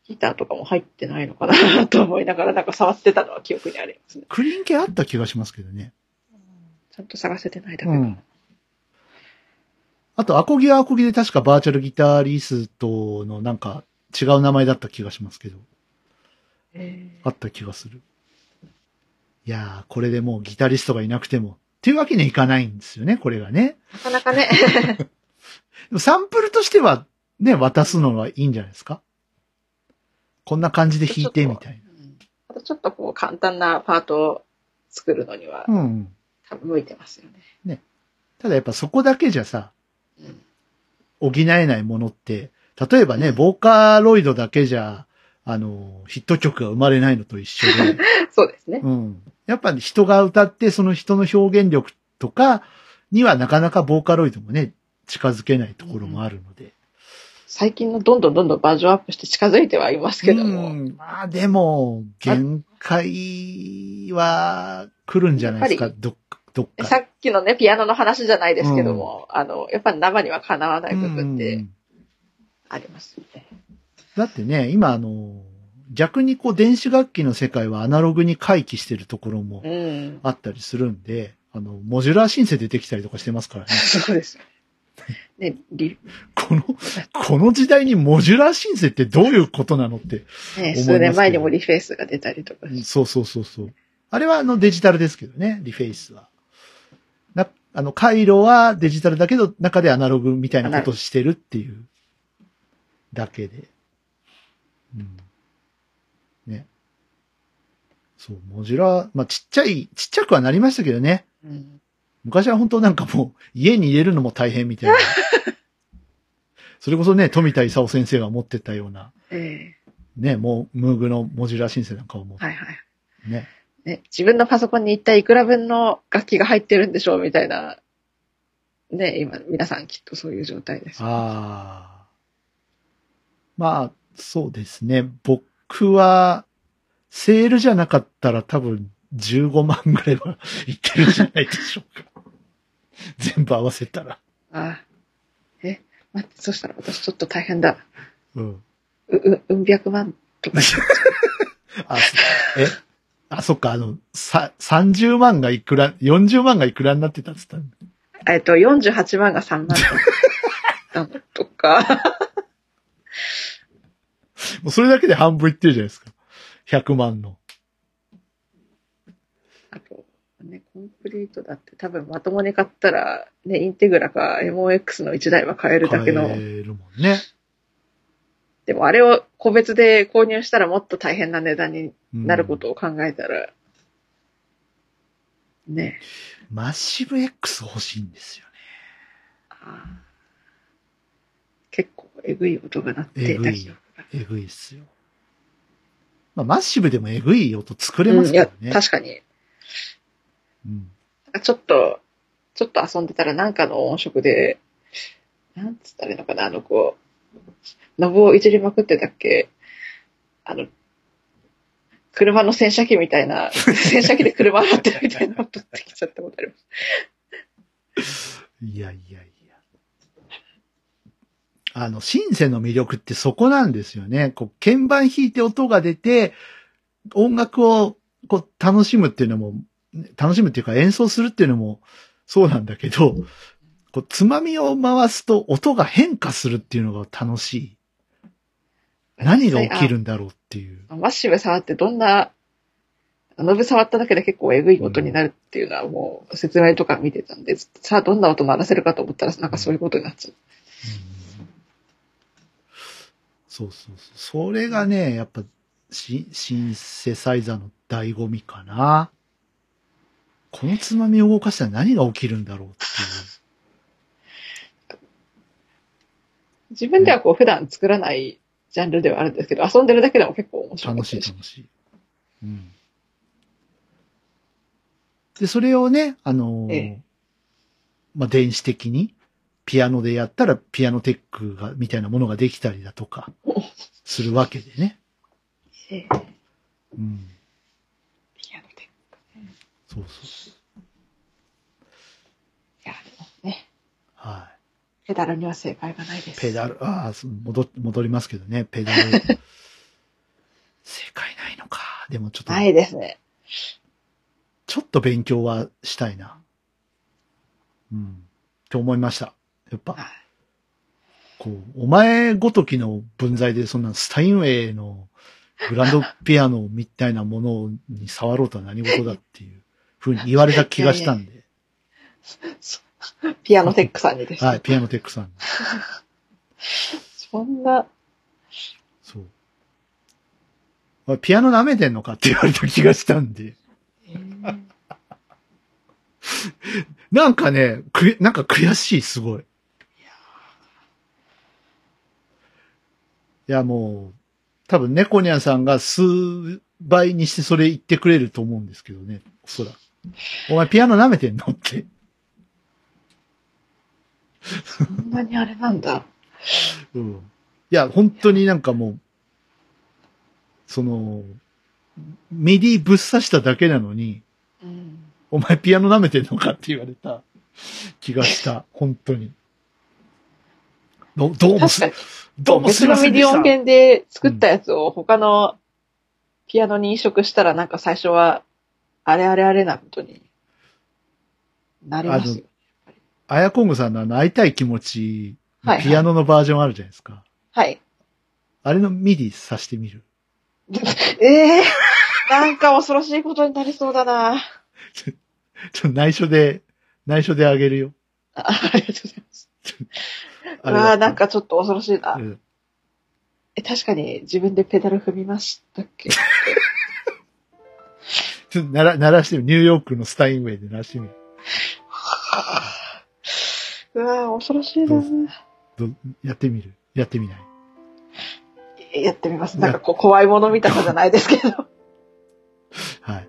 [SPEAKER 2] ギターとかも入ってないのかなと思いながらなんか触ってたのは記憶にありますね。
[SPEAKER 1] クリーン系あった気がしますけどね。
[SPEAKER 2] ちゃんと探せてないだけ
[SPEAKER 1] う
[SPEAKER 2] かな、
[SPEAKER 1] ん。あと、アコギはアコギで確かバーチャルギタリストのなんか違う名前だった気がしますけど、
[SPEAKER 2] えー
[SPEAKER 1] あった気がする。いやー、これでもうギタリストがいなくても、っていうわけにはいかないんですよね、これがね。
[SPEAKER 2] なかなかね、
[SPEAKER 1] でもサンプルとしてはね、渡すのはいいんじゃないですかこんな感じで弾いてみたい
[SPEAKER 2] うんあとちょっとこう簡単なパートを作るのには
[SPEAKER 1] な。うんうん。
[SPEAKER 2] 多分向いてますよね。
[SPEAKER 1] ただやっぱそこだけじゃさ、
[SPEAKER 2] うん
[SPEAKER 1] 補えないものって、例えばね、ボーカロイドだけじゃ、あの、ヒット曲が生まれないのと一緒
[SPEAKER 2] <laughs>
[SPEAKER 1] で、
[SPEAKER 2] そうですね。
[SPEAKER 1] うん。やっぱ人が歌って、その人の表現力とかにはなかなかボーカロイドもね、近づけないところもあるので。
[SPEAKER 2] 最近のどんどんどんどんバージョンアップして近づいてはいますけども、
[SPEAKER 1] うんまあでも、限界は来るんじゃないですか、
[SPEAKER 2] やっ
[SPEAKER 1] どっか。どっか
[SPEAKER 2] さっきのね、ピアノの話じゃないですけども、あの、やっぱり生にはかなわない部分っ
[SPEAKER 1] う
[SPEAKER 2] て
[SPEAKER 1] ん
[SPEAKER 2] ありますよね。
[SPEAKER 1] だってね、今あの、逆にこう電子楽器の世界はアナログに回帰してるところも
[SPEAKER 2] うん。
[SPEAKER 1] あったりするんで、あの、モジュラーシンセ出てきたりとかしてますからね。
[SPEAKER 2] そうです。ね、リ
[SPEAKER 1] この、この時代にモジュラーシンセってどういうことなのって。
[SPEAKER 2] ね、
[SPEAKER 1] ど
[SPEAKER 2] 数年前にもリフェイスが出たりとかして
[SPEAKER 1] そうそうそうそう。あれはあのデジタルですけどね、リフェイスは。な、あの、回路はデジタルだけど、中でアナログみたいなことしてるっていうだけで。うん。ね。そう、モジュラー、まあ、ちっちゃい、ちっちゃくはなりましたけどね。
[SPEAKER 2] うん
[SPEAKER 1] 昔は本当なんかもう、家に入れるのも大変み <laughs> たいな。それこそね、富田勲先生が持ってたような、
[SPEAKER 2] え
[SPEAKER 1] ね、もう、ムーグのモジュラー申請なんかをも
[SPEAKER 2] えはいはい。
[SPEAKER 1] う、ね。
[SPEAKER 2] ね、自分のパソコンに一体いくら分の楽器が入ってるんでしょうみたいな、ね、今、皆さんきっとそういう状態です。
[SPEAKER 1] ああ。まあ、そうですね。僕は、セールじゃなかったら多分15万ぐらいはいってるんじゃないでしょうか。 <laughs> 全部合わせたら。
[SPEAKER 2] あえ、待って、そしたら私ちょっと大変だ。
[SPEAKER 1] うん。
[SPEAKER 2] う、う、うん百万とか。
[SPEAKER 1] あ、そえあ、そっか、あの、さ、30万がいくら、40万がいくらになってたって言った
[SPEAKER 2] えっと、48万が3万と
[SPEAKER 1] <laughs>
[SPEAKER 2] か。とか。
[SPEAKER 1] もうそれだけで半分いってるじゃないですか。100万の。
[SPEAKER 2] あと、ね、コンプリートだって多分まともに買ったら、ね、インテグラか MOX の1台は買えるだけの。
[SPEAKER 1] 買えるもんね。
[SPEAKER 2] でもあれを個別で購入したらもっと大変な値段に
[SPEAKER 1] うん
[SPEAKER 2] なることを考えたら、ね
[SPEAKER 1] マッシブ X 欲しいんですよね。
[SPEAKER 2] あ結構えぐい音が鳴っていた記憶が
[SPEAKER 1] えぐいっすよ。まあ、マッシブでもえぐい音作れ
[SPEAKER 2] う
[SPEAKER 1] ま
[SPEAKER 2] ん
[SPEAKER 1] す
[SPEAKER 2] い
[SPEAKER 1] か
[SPEAKER 2] や
[SPEAKER 1] らね。
[SPEAKER 2] 確かに
[SPEAKER 1] うん
[SPEAKER 2] ちょっとちょっと遊んでたらなんかの音色でなんつったらいいのかなあのこうノブをいじりまくってたっけあの車の洗車機みたい
[SPEAKER 1] <laughs>
[SPEAKER 2] な洗車機で車洗ってるみたいな音ってきちゃったことあります
[SPEAKER 1] いやいやいや。あの、シンセの魅力ってそこなんですよね。こう、鍵盤弾いて音が出て、音楽をこう楽しむっていうのも、楽しむっていうか演奏するっていうのもそうなんだけど、こう、つまみを回すと音が変化するっていうのが楽しい。何が起きるんだろうっていう。
[SPEAKER 2] マッシブ触ってどんな、ノブ触っただけで結構えぐい音になるっていうのはもう説明とか見てたんで、さあどんな音鳴らせるかと思ったらなんかそういうことになっちゃう。
[SPEAKER 1] そうそうそう。それがね、やっぱシ、シンセサイザーの醍醐味かな。このつまみを動かしたら何が起きるんだろうって
[SPEAKER 2] 自分ではこう普段作らないジャンルではあるんですけど、遊んでるだけでも結構面
[SPEAKER 1] いう。
[SPEAKER 2] 白い。
[SPEAKER 1] 楽しい楽しい。うん。で、それをね、あのー
[SPEAKER 2] え
[SPEAKER 1] まあ、電子的に、ピアノでやったらピアノテックが、みたいなものができたりだとか、するわけでね。
[SPEAKER 2] ええ
[SPEAKER 1] うん。
[SPEAKER 2] ピアノで。い
[SPEAKER 1] そうそうそう。
[SPEAKER 2] や、でもね、
[SPEAKER 1] は
[SPEAKER 2] ペダルには正解がないで
[SPEAKER 1] い。
[SPEAKER 2] す。
[SPEAKER 1] ペダル、ああ、そう戻、戻りますけどね、ペダル。 <laughs> 正解ないのか。でもちょっと、
[SPEAKER 2] ないですね。
[SPEAKER 1] ちょっと勉強はしたいな。うん。って思いました。やっぱ、
[SPEAKER 2] はい
[SPEAKER 1] こう、お前ごときの文在で、そんなスタインウェイのグランドピアノみたいなものに触ろうとは何事だっていうふうに言われた気がした
[SPEAKER 2] <laughs>
[SPEAKER 1] んで。
[SPEAKER 2] ピアノテックさんにですね。
[SPEAKER 1] はい、ピアノテックさんに。
[SPEAKER 2] そんな、
[SPEAKER 1] そう。おいピアノ舐めてんのかって言われた気がしたんで。なんかね、く、なんか悔しい、すごい。いや、もう、多分猫ニャンさんが数倍にしてそれ言ってくれると思うんですけどね、おそらく。お前ピアノ舐めてんのって。
[SPEAKER 2] そんなにあれなんだ。
[SPEAKER 1] うん。いや、本当になんかもう、その、ミディぶっ刺しただけなのに、
[SPEAKER 2] うん。
[SPEAKER 1] お前ピアノ舐めてんのかって言われた気がした。本当に。どどうも
[SPEAKER 2] 確
[SPEAKER 1] す
[SPEAKER 2] かに、、
[SPEAKER 1] どうもす
[SPEAKER 2] 別
[SPEAKER 1] いま
[SPEAKER 2] の
[SPEAKER 1] せ
[SPEAKER 2] ミ
[SPEAKER 1] んでし
[SPEAKER 2] ディ音
[SPEAKER 1] た。
[SPEAKER 2] 源で作ったやつを他のピアノに移植したらなんか最初は、あれあれあれなことになりますよ。
[SPEAKER 1] あやこんぐさんのあの、会いたい気持ち、
[SPEAKER 2] はいはい
[SPEAKER 1] ピアノのバージョンあるじゃないですか。
[SPEAKER 2] はい。
[SPEAKER 1] あれのミディさしてみる。
[SPEAKER 2] ええなんか恐ろしいことになりそうだな。
[SPEAKER 1] ちょっと内緒で、内緒であげるよ。
[SPEAKER 2] あありがとうございます。
[SPEAKER 1] あ
[SPEAKER 2] あ
[SPEAKER 1] れ
[SPEAKER 2] わあ、
[SPEAKER 1] は
[SPEAKER 2] なんかちょっと恐ろしいな
[SPEAKER 1] う。ん
[SPEAKER 2] え、確かに自分でペダル踏みましたっけ
[SPEAKER 1] ちょっと鳴ら鳴らしてみる。ニューヨークのスタインウェイで鳴らしてみる。
[SPEAKER 2] うわあ、恐ろしい
[SPEAKER 1] ど
[SPEAKER 2] な
[SPEAKER 1] う。やってみる。やってみない。
[SPEAKER 2] えやってみます。なんかこう怖いもの見たかじゃないですけど。
[SPEAKER 1] はい。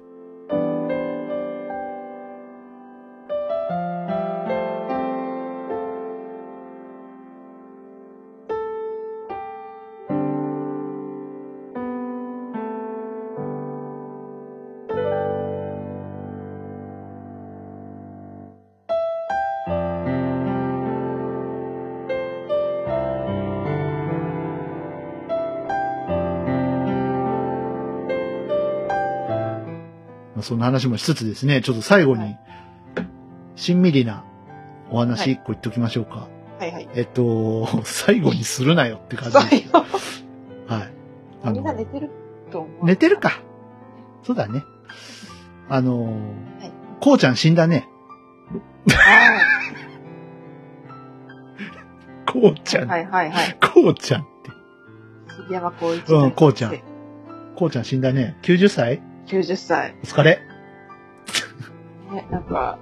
[SPEAKER 1] まあ、そんな話もしつつですね、ちょっと最後
[SPEAKER 2] は
[SPEAKER 1] に
[SPEAKER 2] い、
[SPEAKER 1] しんみりなお
[SPEAKER 2] は
[SPEAKER 1] 話
[SPEAKER 2] い
[SPEAKER 1] 一個言っときましょうか。
[SPEAKER 2] はいはい。
[SPEAKER 1] えっと、 <laughs> 最後にするなよって感じです
[SPEAKER 2] 最
[SPEAKER 1] けど。
[SPEAKER 2] 後。
[SPEAKER 1] はい。あ
[SPEAKER 2] みんな寝
[SPEAKER 1] の、
[SPEAKER 2] てると思う。
[SPEAKER 1] 寝てるか。そうだね。あの
[SPEAKER 2] はい、
[SPEAKER 1] こうちゃん死んだね。
[SPEAKER 2] あ
[SPEAKER 1] こうちゃ
[SPEAKER 2] ー。
[SPEAKER 1] ん、
[SPEAKER 2] はいはいはい。
[SPEAKER 1] こうちゃんって。
[SPEAKER 2] 杉山浩一。
[SPEAKER 1] うん浩ちゃんこうちゃん死んだね。90歳
[SPEAKER 2] 90歳。
[SPEAKER 1] お疲れ。
[SPEAKER 2] ね、なんか、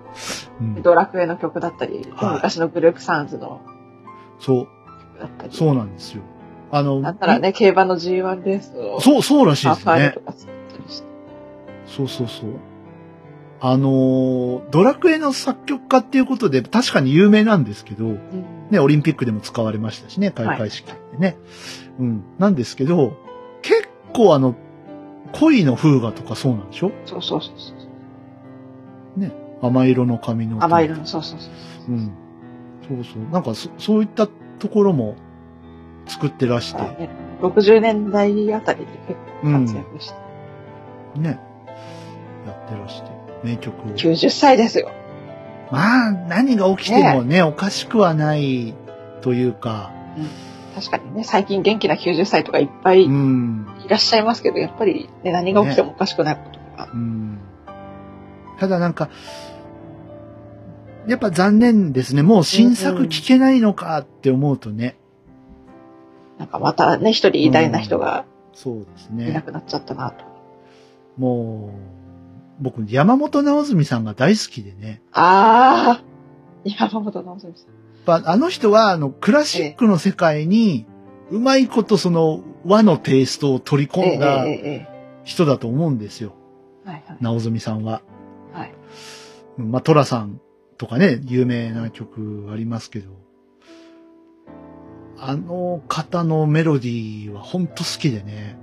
[SPEAKER 1] うん。
[SPEAKER 2] ドラクエの曲だったり、
[SPEAKER 1] はい
[SPEAKER 2] 昔のグループサウンズの
[SPEAKER 1] そう。
[SPEAKER 2] 曲だったり。
[SPEAKER 1] そうなんですよ。あの、
[SPEAKER 2] なんならね、競馬の G1 レースを、
[SPEAKER 1] そう、そうらしい
[SPEAKER 2] ハ
[SPEAKER 1] で
[SPEAKER 2] ー
[SPEAKER 1] す
[SPEAKER 2] ファイ
[SPEAKER 1] ね
[SPEAKER 2] ブ。とか作ったりして。
[SPEAKER 1] そうそうそう。あのードラクエの作曲家っていうことで確かに有名なんですけど、
[SPEAKER 2] うん
[SPEAKER 1] ね、オリンピックでも使われましたしね、開会式でね。うん。なんですけど、結構あの、恋の風雅とかそうなんでしょ
[SPEAKER 2] そうそうそうそう。
[SPEAKER 1] 甘色の髪の。
[SPEAKER 2] 甘い色の、そうそうそう。
[SPEAKER 1] うん。そうそう。なんかそ、そういったところも作ってらして。
[SPEAKER 2] ね、60年代あたりで結
[SPEAKER 1] う
[SPEAKER 2] 構
[SPEAKER 1] ん。
[SPEAKER 2] 活
[SPEAKER 1] ね。
[SPEAKER 2] 躍して、
[SPEAKER 1] やってらして。名曲を。
[SPEAKER 2] 90歳ですよ。
[SPEAKER 1] まあ、何が起きてもね、おかしくはないというか、
[SPEAKER 2] 確かにね、最近元気な90歳とかいっぱいい
[SPEAKER 1] うん、
[SPEAKER 2] らっしゃいますけど、やっぱり、ね、何が起きてもおかしくないことが。
[SPEAKER 1] うん。ただなんか、やっぱ残念ですね。もう新作聴けないのかって思うとね。
[SPEAKER 2] なんかまたね、一人偉大な人が
[SPEAKER 1] そうです
[SPEAKER 2] いな
[SPEAKER 1] ね。
[SPEAKER 2] くなっちゃったなと。
[SPEAKER 1] もう、僕、山本直純さんが大好きでね。
[SPEAKER 2] ああ山本直純さん。
[SPEAKER 1] やっぱあの人は、あの、クラシックの世界に、うまいことその和のテイストを取り
[SPEAKER 2] ええ
[SPEAKER 1] 込んだ
[SPEAKER 2] えええ
[SPEAKER 1] 人だと思うんですよ。
[SPEAKER 2] えはいはい。
[SPEAKER 1] 直純さんは。
[SPEAKER 2] はい。
[SPEAKER 1] うんまあ、トラさんとかね、有名な曲ありますけど、あの方のメロディーはほんと好きでね。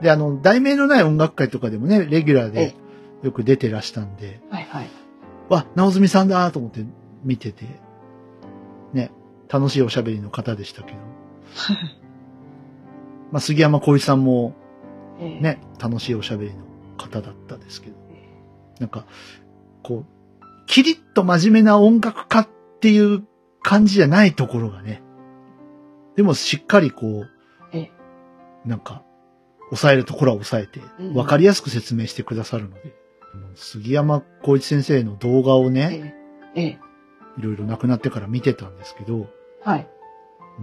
[SPEAKER 1] で、あの、題名のない音楽会とかでもね、レギュラーで
[SPEAKER 2] え
[SPEAKER 1] よく出てらしたんで、
[SPEAKER 2] はいはい。
[SPEAKER 1] わ、直純さんだと思って見てて、ね、楽しいおしゃべりの方で
[SPEAKER 2] <laughs>
[SPEAKER 1] したけど。まあ、杉山浩一さんも
[SPEAKER 2] ええ
[SPEAKER 1] ね、楽しいおしゃべりの方だったですけど、なんか、こう、キリッと真面目な音楽家っていう感じじゃないところがね、でもしっかりこ
[SPEAKER 2] え
[SPEAKER 1] う、なんか、抑えるところは抑えて
[SPEAKER 2] うんう、ん
[SPEAKER 1] わかりやすく説明してくださるので、杉山浩一先生の動画をね、
[SPEAKER 2] えええ
[SPEAKER 1] いろいろ亡くなってから見てたんですけど、
[SPEAKER 2] はい。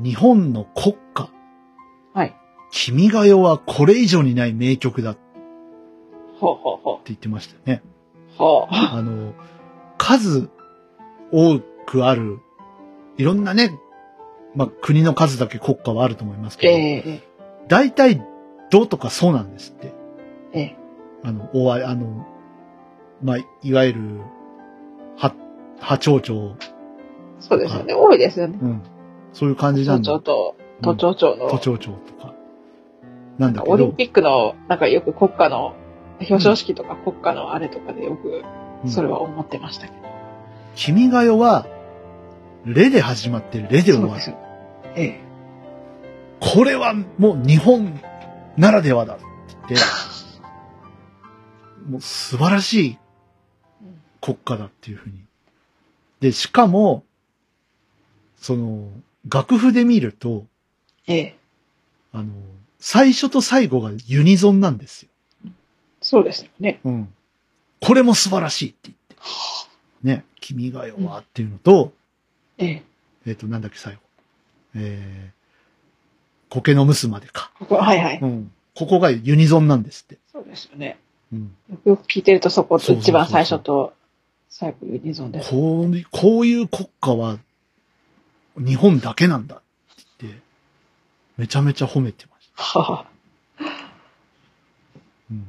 [SPEAKER 1] 日本の国歌、
[SPEAKER 2] はい。
[SPEAKER 1] 君が代はこれ以上にない名曲だって
[SPEAKER 2] ほうほうほ
[SPEAKER 1] 言ってましたよね。
[SPEAKER 2] う。ほう。
[SPEAKER 1] あの、数多くある、いろんなね、まあ、国の数だけ国家はあると思います
[SPEAKER 2] え
[SPEAKER 1] けど、
[SPEAKER 2] え
[SPEAKER 1] 大体、どとかそうなんですって。
[SPEAKER 2] ええ
[SPEAKER 1] あの、おわあの、まあ、いわゆる、は、波長長、
[SPEAKER 2] そうですよね。多いですよね。
[SPEAKER 1] うん。そういう感じな
[SPEAKER 2] 都
[SPEAKER 1] ん
[SPEAKER 2] 庁
[SPEAKER 1] だ。
[SPEAKER 2] と、都庁長の、
[SPEAKER 1] 都庁長とか。なんだけ
[SPEAKER 2] オリ
[SPEAKER 1] ど
[SPEAKER 2] ン、ピックの、なんかよく国家の、表彰式とか国家のあれとかでよく、
[SPEAKER 1] うん
[SPEAKER 2] それは思ってましたけど。
[SPEAKER 1] 君が代は、レで始まって、レで終
[SPEAKER 2] そう
[SPEAKER 1] わ
[SPEAKER 2] で
[SPEAKER 1] る
[SPEAKER 2] す。よ。ええ。
[SPEAKER 1] これはもう日本ならではだって
[SPEAKER 2] <laughs>
[SPEAKER 1] 言って、もう素晴らしい国家だっていうふうに。で、しかも、その、楽譜で見ると、
[SPEAKER 2] ええ。
[SPEAKER 1] あの、最初と最後がユニゾンなんですよ。
[SPEAKER 2] そうですよね。
[SPEAKER 1] うん。これも素晴らしいって言って。ね、君が代はっていうのと、
[SPEAKER 2] ええ。
[SPEAKER 1] えっ、と、なんだっけ最後。えー、苔の娘までか。
[SPEAKER 2] ここ、はいはい。
[SPEAKER 1] うん。ここがユニゾンなんですって。
[SPEAKER 2] そうですよね。
[SPEAKER 1] うん。
[SPEAKER 2] よくよく聞いてるとそこ、
[SPEAKER 1] そうそうそうそう
[SPEAKER 2] 一番最初と最後ユニゾンです。
[SPEAKER 1] こう、こういう国家は、日本だけなんだって言って、めちゃめちゃ褒めてました。
[SPEAKER 2] はは
[SPEAKER 1] うん。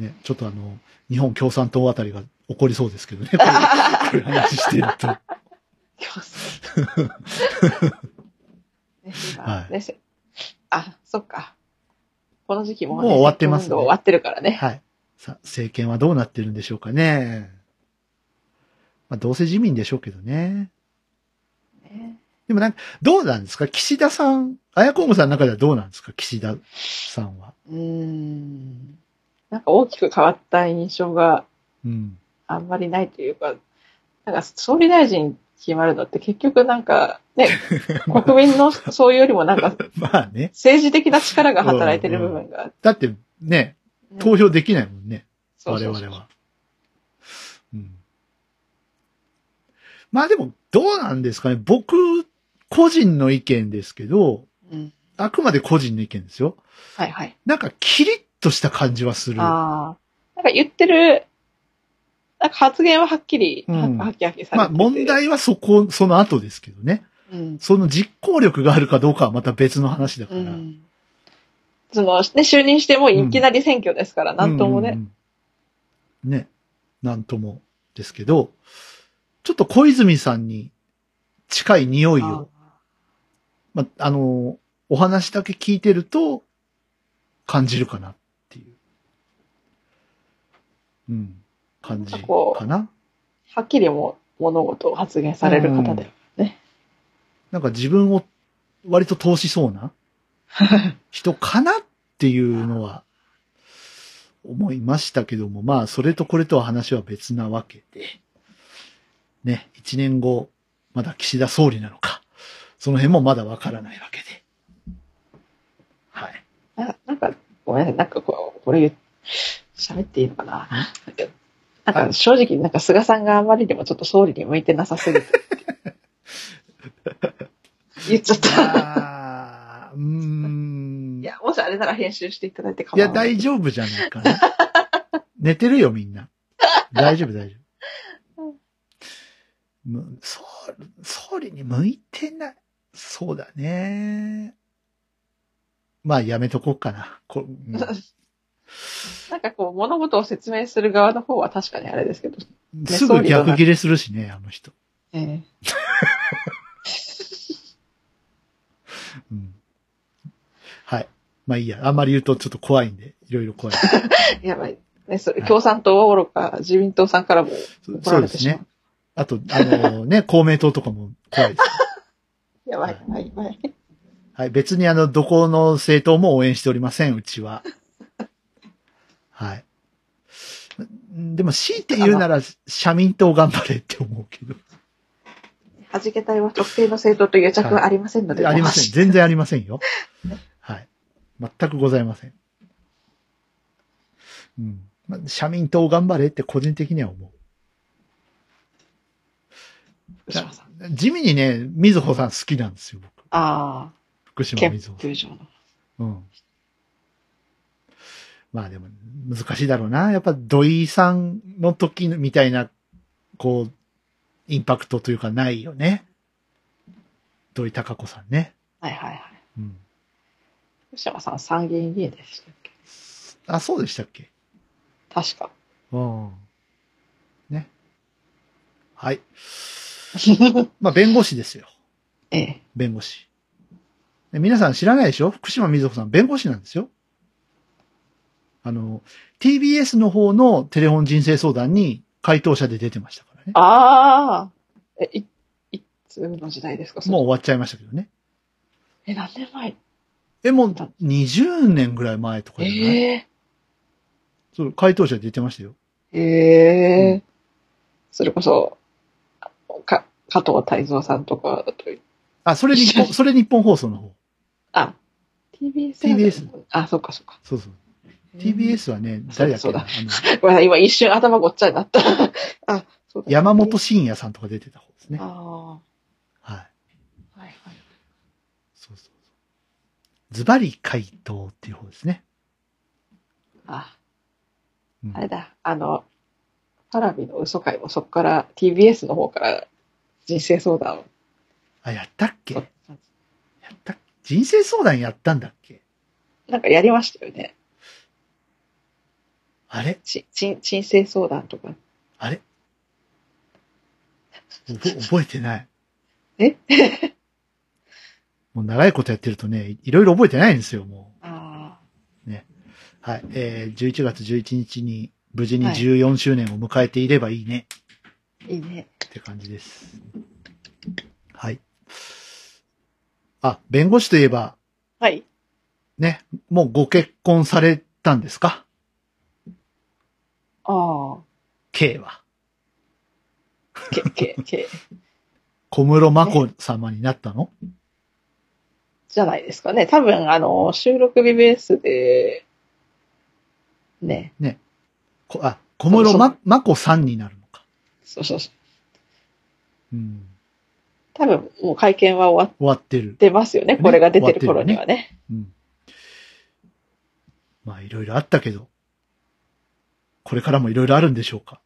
[SPEAKER 1] ね、ちょっとあの、日本共産党あたりが怒りそうですけ <laughs> どね、これこれ話してると。
[SPEAKER 2] 教室ね今
[SPEAKER 1] はい
[SPEAKER 2] ねせあ、そっか。この時期も、
[SPEAKER 1] もう終わってますね
[SPEAKER 2] ね。終わってるからね。
[SPEAKER 1] はい。さあ、政権はどうなってるんでしょうかね。まあ、どうせ自民でしょうけどね。
[SPEAKER 2] ね
[SPEAKER 1] でもなんか、どうなんですか岸田さん、綾子さんの中ではどうなんですか岸田さんは。
[SPEAKER 2] うーん。なんか大きく変わった印象が <laughs>
[SPEAKER 1] うん。
[SPEAKER 2] あんまりないというか、なんか総理大臣決まるのって結局なんか
[SPEAKER 1] <laughs>
[SPEAKER 2] ね、国民のそういうよりもなんか
[SPEAKER 1] まあね。
[SPEAKER 2] 政治的な力が働いてる部分が、
[SPEAKER 1] だって、ね、
[SPEAKER 2] ね
[SPEAKER 1] 投票できないもんね。
[SPEAKER 2] そうそう
[SPEAKER 1] 我々は。うん。まあでも、どうなんですかね。僕、個人の意見ですけど、
[SPEAKER 2] うん。
[SPEAKER 1] あくまで個人の意見ですよ。
[SPEAKER 2] はいはい。
[SPEAKER 1] なんか、キリッとした感じはする。
[SPEAKER 2] ああ。なんか言ってる、なんか発言ははっきり、
[SPEAKER 1] うん
[SPEAKER 2] ははっきりはっきりされ
[SPEAKER 1] まあ、
[SPEAKER 2] てて
[SPEAKER 1] 問、題はそこ、その後ですけどね。
[SPEAKER 2] うん。
[SPEAKER 1] その実行力があるかどうかはまた別の話だか
[SPEAKER 2] う
[SPEAKER 1] ら。
[SPEAKER 2] ん。その、ね、就任してもいきなり選挙ですから、なんとも
[SPEAKER 1] うん
[SPEAKER 2] ね。
[SPEAKER 1] うんうん。ね。なんともですけど、ちょっと小泉さんに近い匂いを、まあ、あの、お話だけ聞いてると感じるかなっていう、うん、感じ
[SPEAKER 2] なんかこう
[SPEAKER 1] かな。
[SPEAKER 2] はっきりもう物事を発言される方で。
[SPEAKER 1] なんか自分を割と通しそうな人かなっていうのは思いましたけども、まあそれとこれとは話は別なわけで、ね、一年後、まだ岸田総理なのか、その辺もまだわからないわけで。
[SPEAKER 2] <laughs>
[SPEAKER 1] はい。
[SPEAKER 2] ななんか、ごめんなさい、なんかこう、これ言う、喋っていいのかな。なん
[SPEAKER 1] は
[SPEAKER 2] か
[SPEAKER 1] い
[SPEAKER 2] 正直、なんか菅さんがあまりにもちょっと総理に向いてなさ <laughs> すぎて。言っちゃった。
[SPEAKER 1] あーうーん。
[SPEAKER 2] いや、もしあれなら編集していただいて構
[SPEAKER 1] いや、
[SPEAKER 2] わない。
[SPEAKER 1] 大丈夫じゃないかな。
[SPEAKER 2] <laughs>
[SPEAKER 1] 寝てるよ、みんな。大丈夫、大丈夫。む総総理に向いてない。そうだね。まあ、やめとこうかな。こ
[SPEAKER 2] <laughs>
[SPEAKER 1] うん
[SPEAKER 2] なんかこう、物事を説明する側の方は確かにあれですけど。
[SPEAKER 1] すぐ逆切れするしね、あの人。
[SPEAKER 2] ええ
[SPEAKER 1] うん、はい。まあいいや。あんまり言うとちょっと怖いんで、いろいろ
[SPEAKER 2] <laughs>
[SPEAKER 1] 怖い。
[SPEAKER 2] やばい。ね、それ、
[SPEAKER 1] はい
[SPEAKER 2] 共産党はおろか、自民党さんからも
[SPEAKER 1] そ
[SPEAKER 2] 怒
[SPEAKER 1] そ
[SPEAKER 2] ら
[SPEAKER 1] う
[SPEAKER 2] れ
[SPEAKER 1] で
[SPEAKER 2] て
[SPEAKER 1] す
[SPEAKER 2] しまう。
[SPEAKER 1] ね。あと、あのね、公明党とかも怖いです。
[SPEAKER 2] やばい、やばい、やばい。
[SPEAKER 1] はい、別にあの、どこの政党も応援しておりません、うち <laughs> は。はい。んでも、強いて言うなら、社民党頑張れって思うけど。
[SPEAKER 2] はじけ隊は特定の政党と癒着はありませんので、
[SPEAKER 1] ありません。全然ありませんよ。はい。全くございません。うん。まあ社民党頑張れって個人的には思う。
[SPEAKER 2] 福島さん。
[SPEAKER 1] 地味にね、水穂さん好きなんですよ、僕。
[SPEAKER 2] あ
[SPEAKER 1] 福
[SPEAKER 2] あ、
[SPEAKER 1] 島
[SPEAKER 2] 憲
[SPEAKER 1] 水穂さん。
[SPEAKER 2] 法上の。
[SPEAKER 1] うん。まあでも、難しいだろうな。やっぱ土井さんの時みたいな、こう、インパクトというかないよね。土井孝子さんね。
[SPEAKER 2] はいはいはい。
[SPEAKER 1] うん。
[SPEAKER 2] 吉山さん参議院議員でしたっけ
[SPEAKER 1] あ、そうでしたっけ <laughs>
[SPEAKER 2] 確か。
[SPEAKER 1] うん。ね。はい。まあ、弁護士ですよ。
[SPEAKER 2] ええ。
[SPEAKER 1] 弁護士。で皆さん知らないでしょ福島みずほさん、弁護士なんですよ。あの、TBS の方のテレフォン人生相談に回答者で出てましたからね。
[SPEAKER 2] ああえ、い、いつの時代ですかそれ
[SPEAKER 1] もう終わっちゃいましたけどね。
[SPEAKER 2] え、何年前
[SPEAKER 1] え、もう20年ぐらい前とかじゃない、
[SPEAKER 2] え
[SPEAKER 1] そう、回答者で出てましたよ。
[SPEAKER 2] えええ
[SPEAKER 1] う
[SPEAKER 2] それこそ、か、加藤泰造さんとかだと、
[SPEAKER 1] あ、それ日本、それ日本放送の方。
[SPEAKER 2] あ、TBS。
[SPEAKER 1] TBS。
[SPEAKER 2] あ、そっかそっか。
[SPEAKER 1] そうそう。TBS はね、
[SPEAKER 2] そう
[SPEAKER 1] 誰だ
[SPEAKER 2] だ
[SPEAKER 1] っけなあの
[SPEAKER 2] ごめんなさい、今一瞬頭ごっちゃになった。 <laughs> あ、そうだ。
[SPEAKER 1] 山本慎也さんとか出てた方ですね。
[SPEAKER 2] あ
[SPEAKER 1] はい。
[SPEAKER 2] あ、はいはい。
[SPEAKER 1] そうそうそう。ズバリ回答っていう方ですね。
[SPEAKER 2] あ、
[SPEAKER 1] うん
[SPEAKER 2] あれだ、あの、パラビの嘘会もそこから TBS の方から人生相談を
[SPEAKER 1] あ、やったっけ
[SPEAKER 2] 取っ
[SPEAKER 1] やった人生相談やったんだっけ
[SPEAKER 2] なんかやりましたよね。
[SPEAKER 1] あれ
[SPEAKER 2] ち、ちん、人生相談
[SPEAKER 1] <laughs>
[SPEAKER 2] とか。
[SPEAKER 1] あれおぼ覚えてない。
[SPEAKER 2] え
[SPEAKER 1] <laughs> もう長いことやってるとね、いろいろ覚えてないんですよ、も
[SPEAKER 2] あ
[SPEAKER 1] う。はい。えー、11月11日に無事に
[SPEAKER 2] はい
[SPEAKER 1] 14周年を迎えていればいいね、
[SPEAKER 2] あ、いいね。
[SPEAKER 1] って感じです。はい。あ、弁護士といえば、
[SPEAKER 2] はい。
[SPEAKER 1] ね、もうご結婚されたんですか
[SPEAKER 2] ああ、
[SPEAKER 1] ?K は。
[SPEAKER 2] け、け、け、
[SPEAKER 1] 小室真子様になったの
[SPEAKER 2] じゃないですかね。多分、あの、収録日ベースで、ね、
[SPEAKER 1] こあ、小室
[SPEAKER 2] そうそ
[SPEAKER 1] ま、まこさんになるのか。
[SPEAKER 2] そうそうそう。
[SPEAKER 1] うん。
[SPEAKER 2] 多分、もう会見は終わっ
[SPEAKER 1] 終わってる。
[SPEAKER 2] てますよね。これが出てる
[SPEAKER 1] 終わっ
[SPEAKER 2] 頃
[SPEAKER 1] てるね
[SPEAKER 2] にはね。
[SPEAKER 1] うん。まあ、いろいろあったけど、これからもいろいろあるんでしょうか。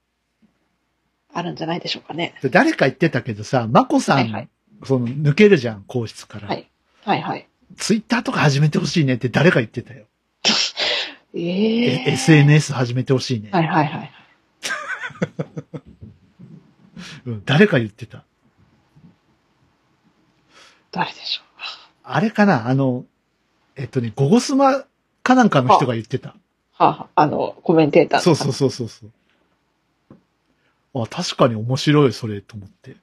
[SPEAKER 2] あるんじゃないでしょうかね。
[SPEAKER 1] で誰か言ってたけどさ、まこさん、
[SPEAKER 2] はいはい
[SPEAKER 1] その、抜けるじゃん、皇室から。
[SPEAKER 2] はいはいはい。
[SPEAKER 1] ツイッターとか始めてほしいねって誰か言ってたよ。
[SPEAKER 2] ええ
[SPEAKER 1] え SNS 始めてほしいね、
[SPEAKER 2] はいはいはい。
[SPEAKER 1] うん。誰か言ってた。
[SPEAKER 2] 誰でしょう。
[SPEAKER 1] あれかなあの、えっとね、ゴゴスマかなんかの人が言ってた。
[SPEAKER 2] はあはあ、あの、コメンテーターの
[SPEAKER 1] そうそうそうそうそう。あ、確かに面白い、それ、と思って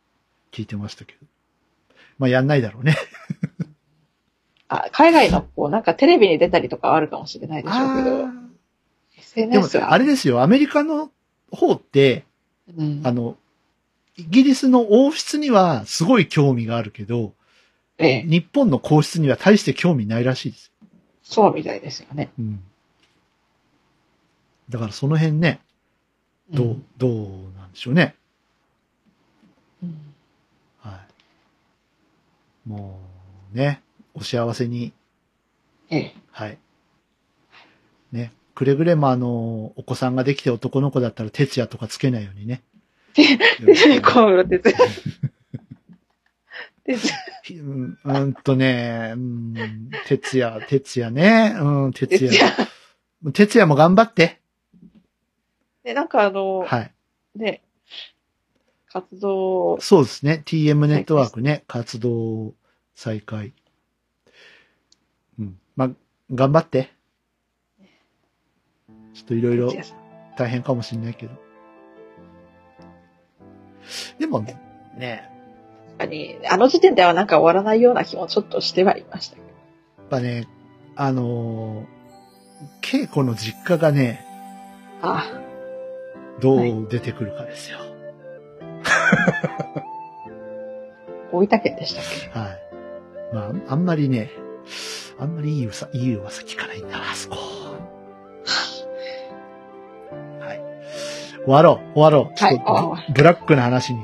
[SPEAKER 1] 聞いてましたけど。まあ、やんないだろうね。
[SPEAKER 2] あ海外の、こう、なんかテレビに出たりとかはあるかもしれないでしょうけど、
[SPEAKER 1] でも
[SPEAKER 2] SNS は。
[SPEAKER 1] あれですよ、アメリカの方って、
[SPEAKER 2] うん
[SPEAKER 1] あの、イギリスの王室にはすごい興味があるけど、
[SPEAKER 2] ええ、
[SPEAKER 1] 日本の皇室には大して興味ないらしいです。
[SPEAKER 2] そうみたいですよね。
[SPEAKER 1] うん。だからその辺ね、どう、
[SPEAKER 2] うん
[SPEAKER 1] どうなんでしょうね。
[SPEAKER 2] うん
[SPEAKER 1] はい。もう、ね、お幸せに
[SPEAKER 2] ええ、
[SPEAKER 1] はい。ね。くれぐれもあの、お子さんができて男の子だったら、徹夜とかつけないように
[SPEAKER 2] <laughs>
[SPEAKER 1] ね。
[SPEAKER 2] 小室哲哉。哲也
[SPEAKER 1] うんうんとね、うん、徹夜、徹夜ね。うん、徹
[SPEAKER 2] 哲
[SPEAKER 1] 夜。
[SPEAKER 2] 也。
[SPEAKER 1] 徹夜も頑張って。
[SPEAKER 2] で、なんかあの、
[SPEAKER 1] はい。
[SPEAKER 2] ね、活動、
[SPEAKER 1] そうですね。TM ネットワークね、活動再開。うん。まあ、頑張って。ちょっといろいろ
[SPEAKER 2] 哲也さん
[SPEAKER 1] 大変かもしれないけど。でもね、
[SPEAKER 2] 確かに、あの時点ではなんか終わらないような気もちょっとしてはいましたけど。
[SPEAKER 1] やっぱね、あのー、恵子の実家がね、
[SPEAKER 2] あ
[SPEAKER 1] ど
[SPEAKER 2] は
[SPEAKER 1] う出てくるかですよ。
[SPEAKER 2] 大分県でしたっけ
[SPEAKER 1] はい。まあ、あんまりね、あんまりいい噂、いい噂聞かないんだな、あそこ。はい。終わろう、終わろう。ちょっと、
[SPEAKER 2] はい
[SPEAKER 1] ブラックな話
[SPEAKER 2] <laughs>
[SPEAKER 1] に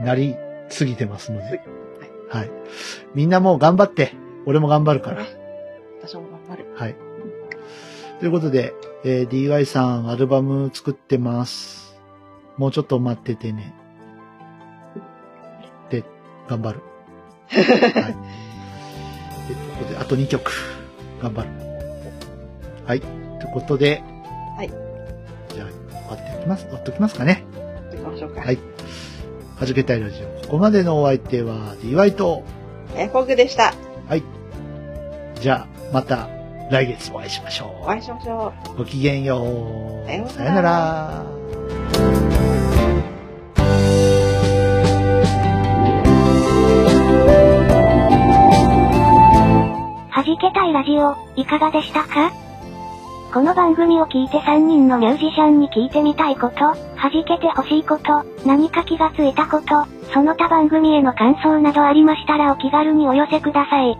[SPEAKER 1] なりすぎてますので。はい。みんなもう頑張って。俺も頑張るから。
[SPEAKER 2] 私も頑張る。
[SPEAKER 1] はい。ということで、えー DY さんアルバム作ってます。もうちょっと待っててね。で、頑張る。はい。でここで、あと2曲。頑張る。はい。ということで。
[SPEAKER 2] はい。
[SPEAKER 1] じゃあ、終わっていきます。終わっておきますかね。
[SPEAKER 2] 行きましょうか。
[SPEAKER 1] はいはじけたいラジオ。ここまでのお相手は、DY と。
[SPEAKER 2] エフォグでした。
[SPEAKER 1] じゃあ、また来月お会いしましょ
[SPEAKER 2] お会いしましょう。
[SPEAKER 1] う。ごきげんよ
[SPEAKER 2] さような
[SPEAKER 1] う。
[SPEAKER 2] ら
[SPEAKER 1] さよなら。
[SPEAKER 3] はじけたいラジオ、いかがでしたかこの番組を聞いて3人のミュージシャンに聞いてみたいこと、はじけてほしいこと、何か気がついたこと、その他番組への感想などありましたらお気軽にお寄せください。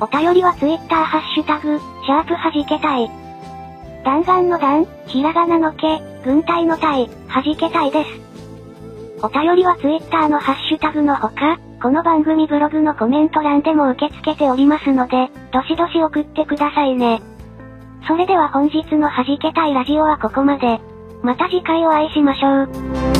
[SPEAKER 3] お便りは Twitter ハッシュタグ、シャープはじけたい。弾丸の弾、ひらがなのけ、軍隊の隊、はじけたいです。お便りは Twitter のハッシュタグのほか、この番組ブログのコメント欄でも受け付けておりますので、どしどし送ってくださいね。それでは本日の弾けたいラジオはここまで。また次回お会いしましょう。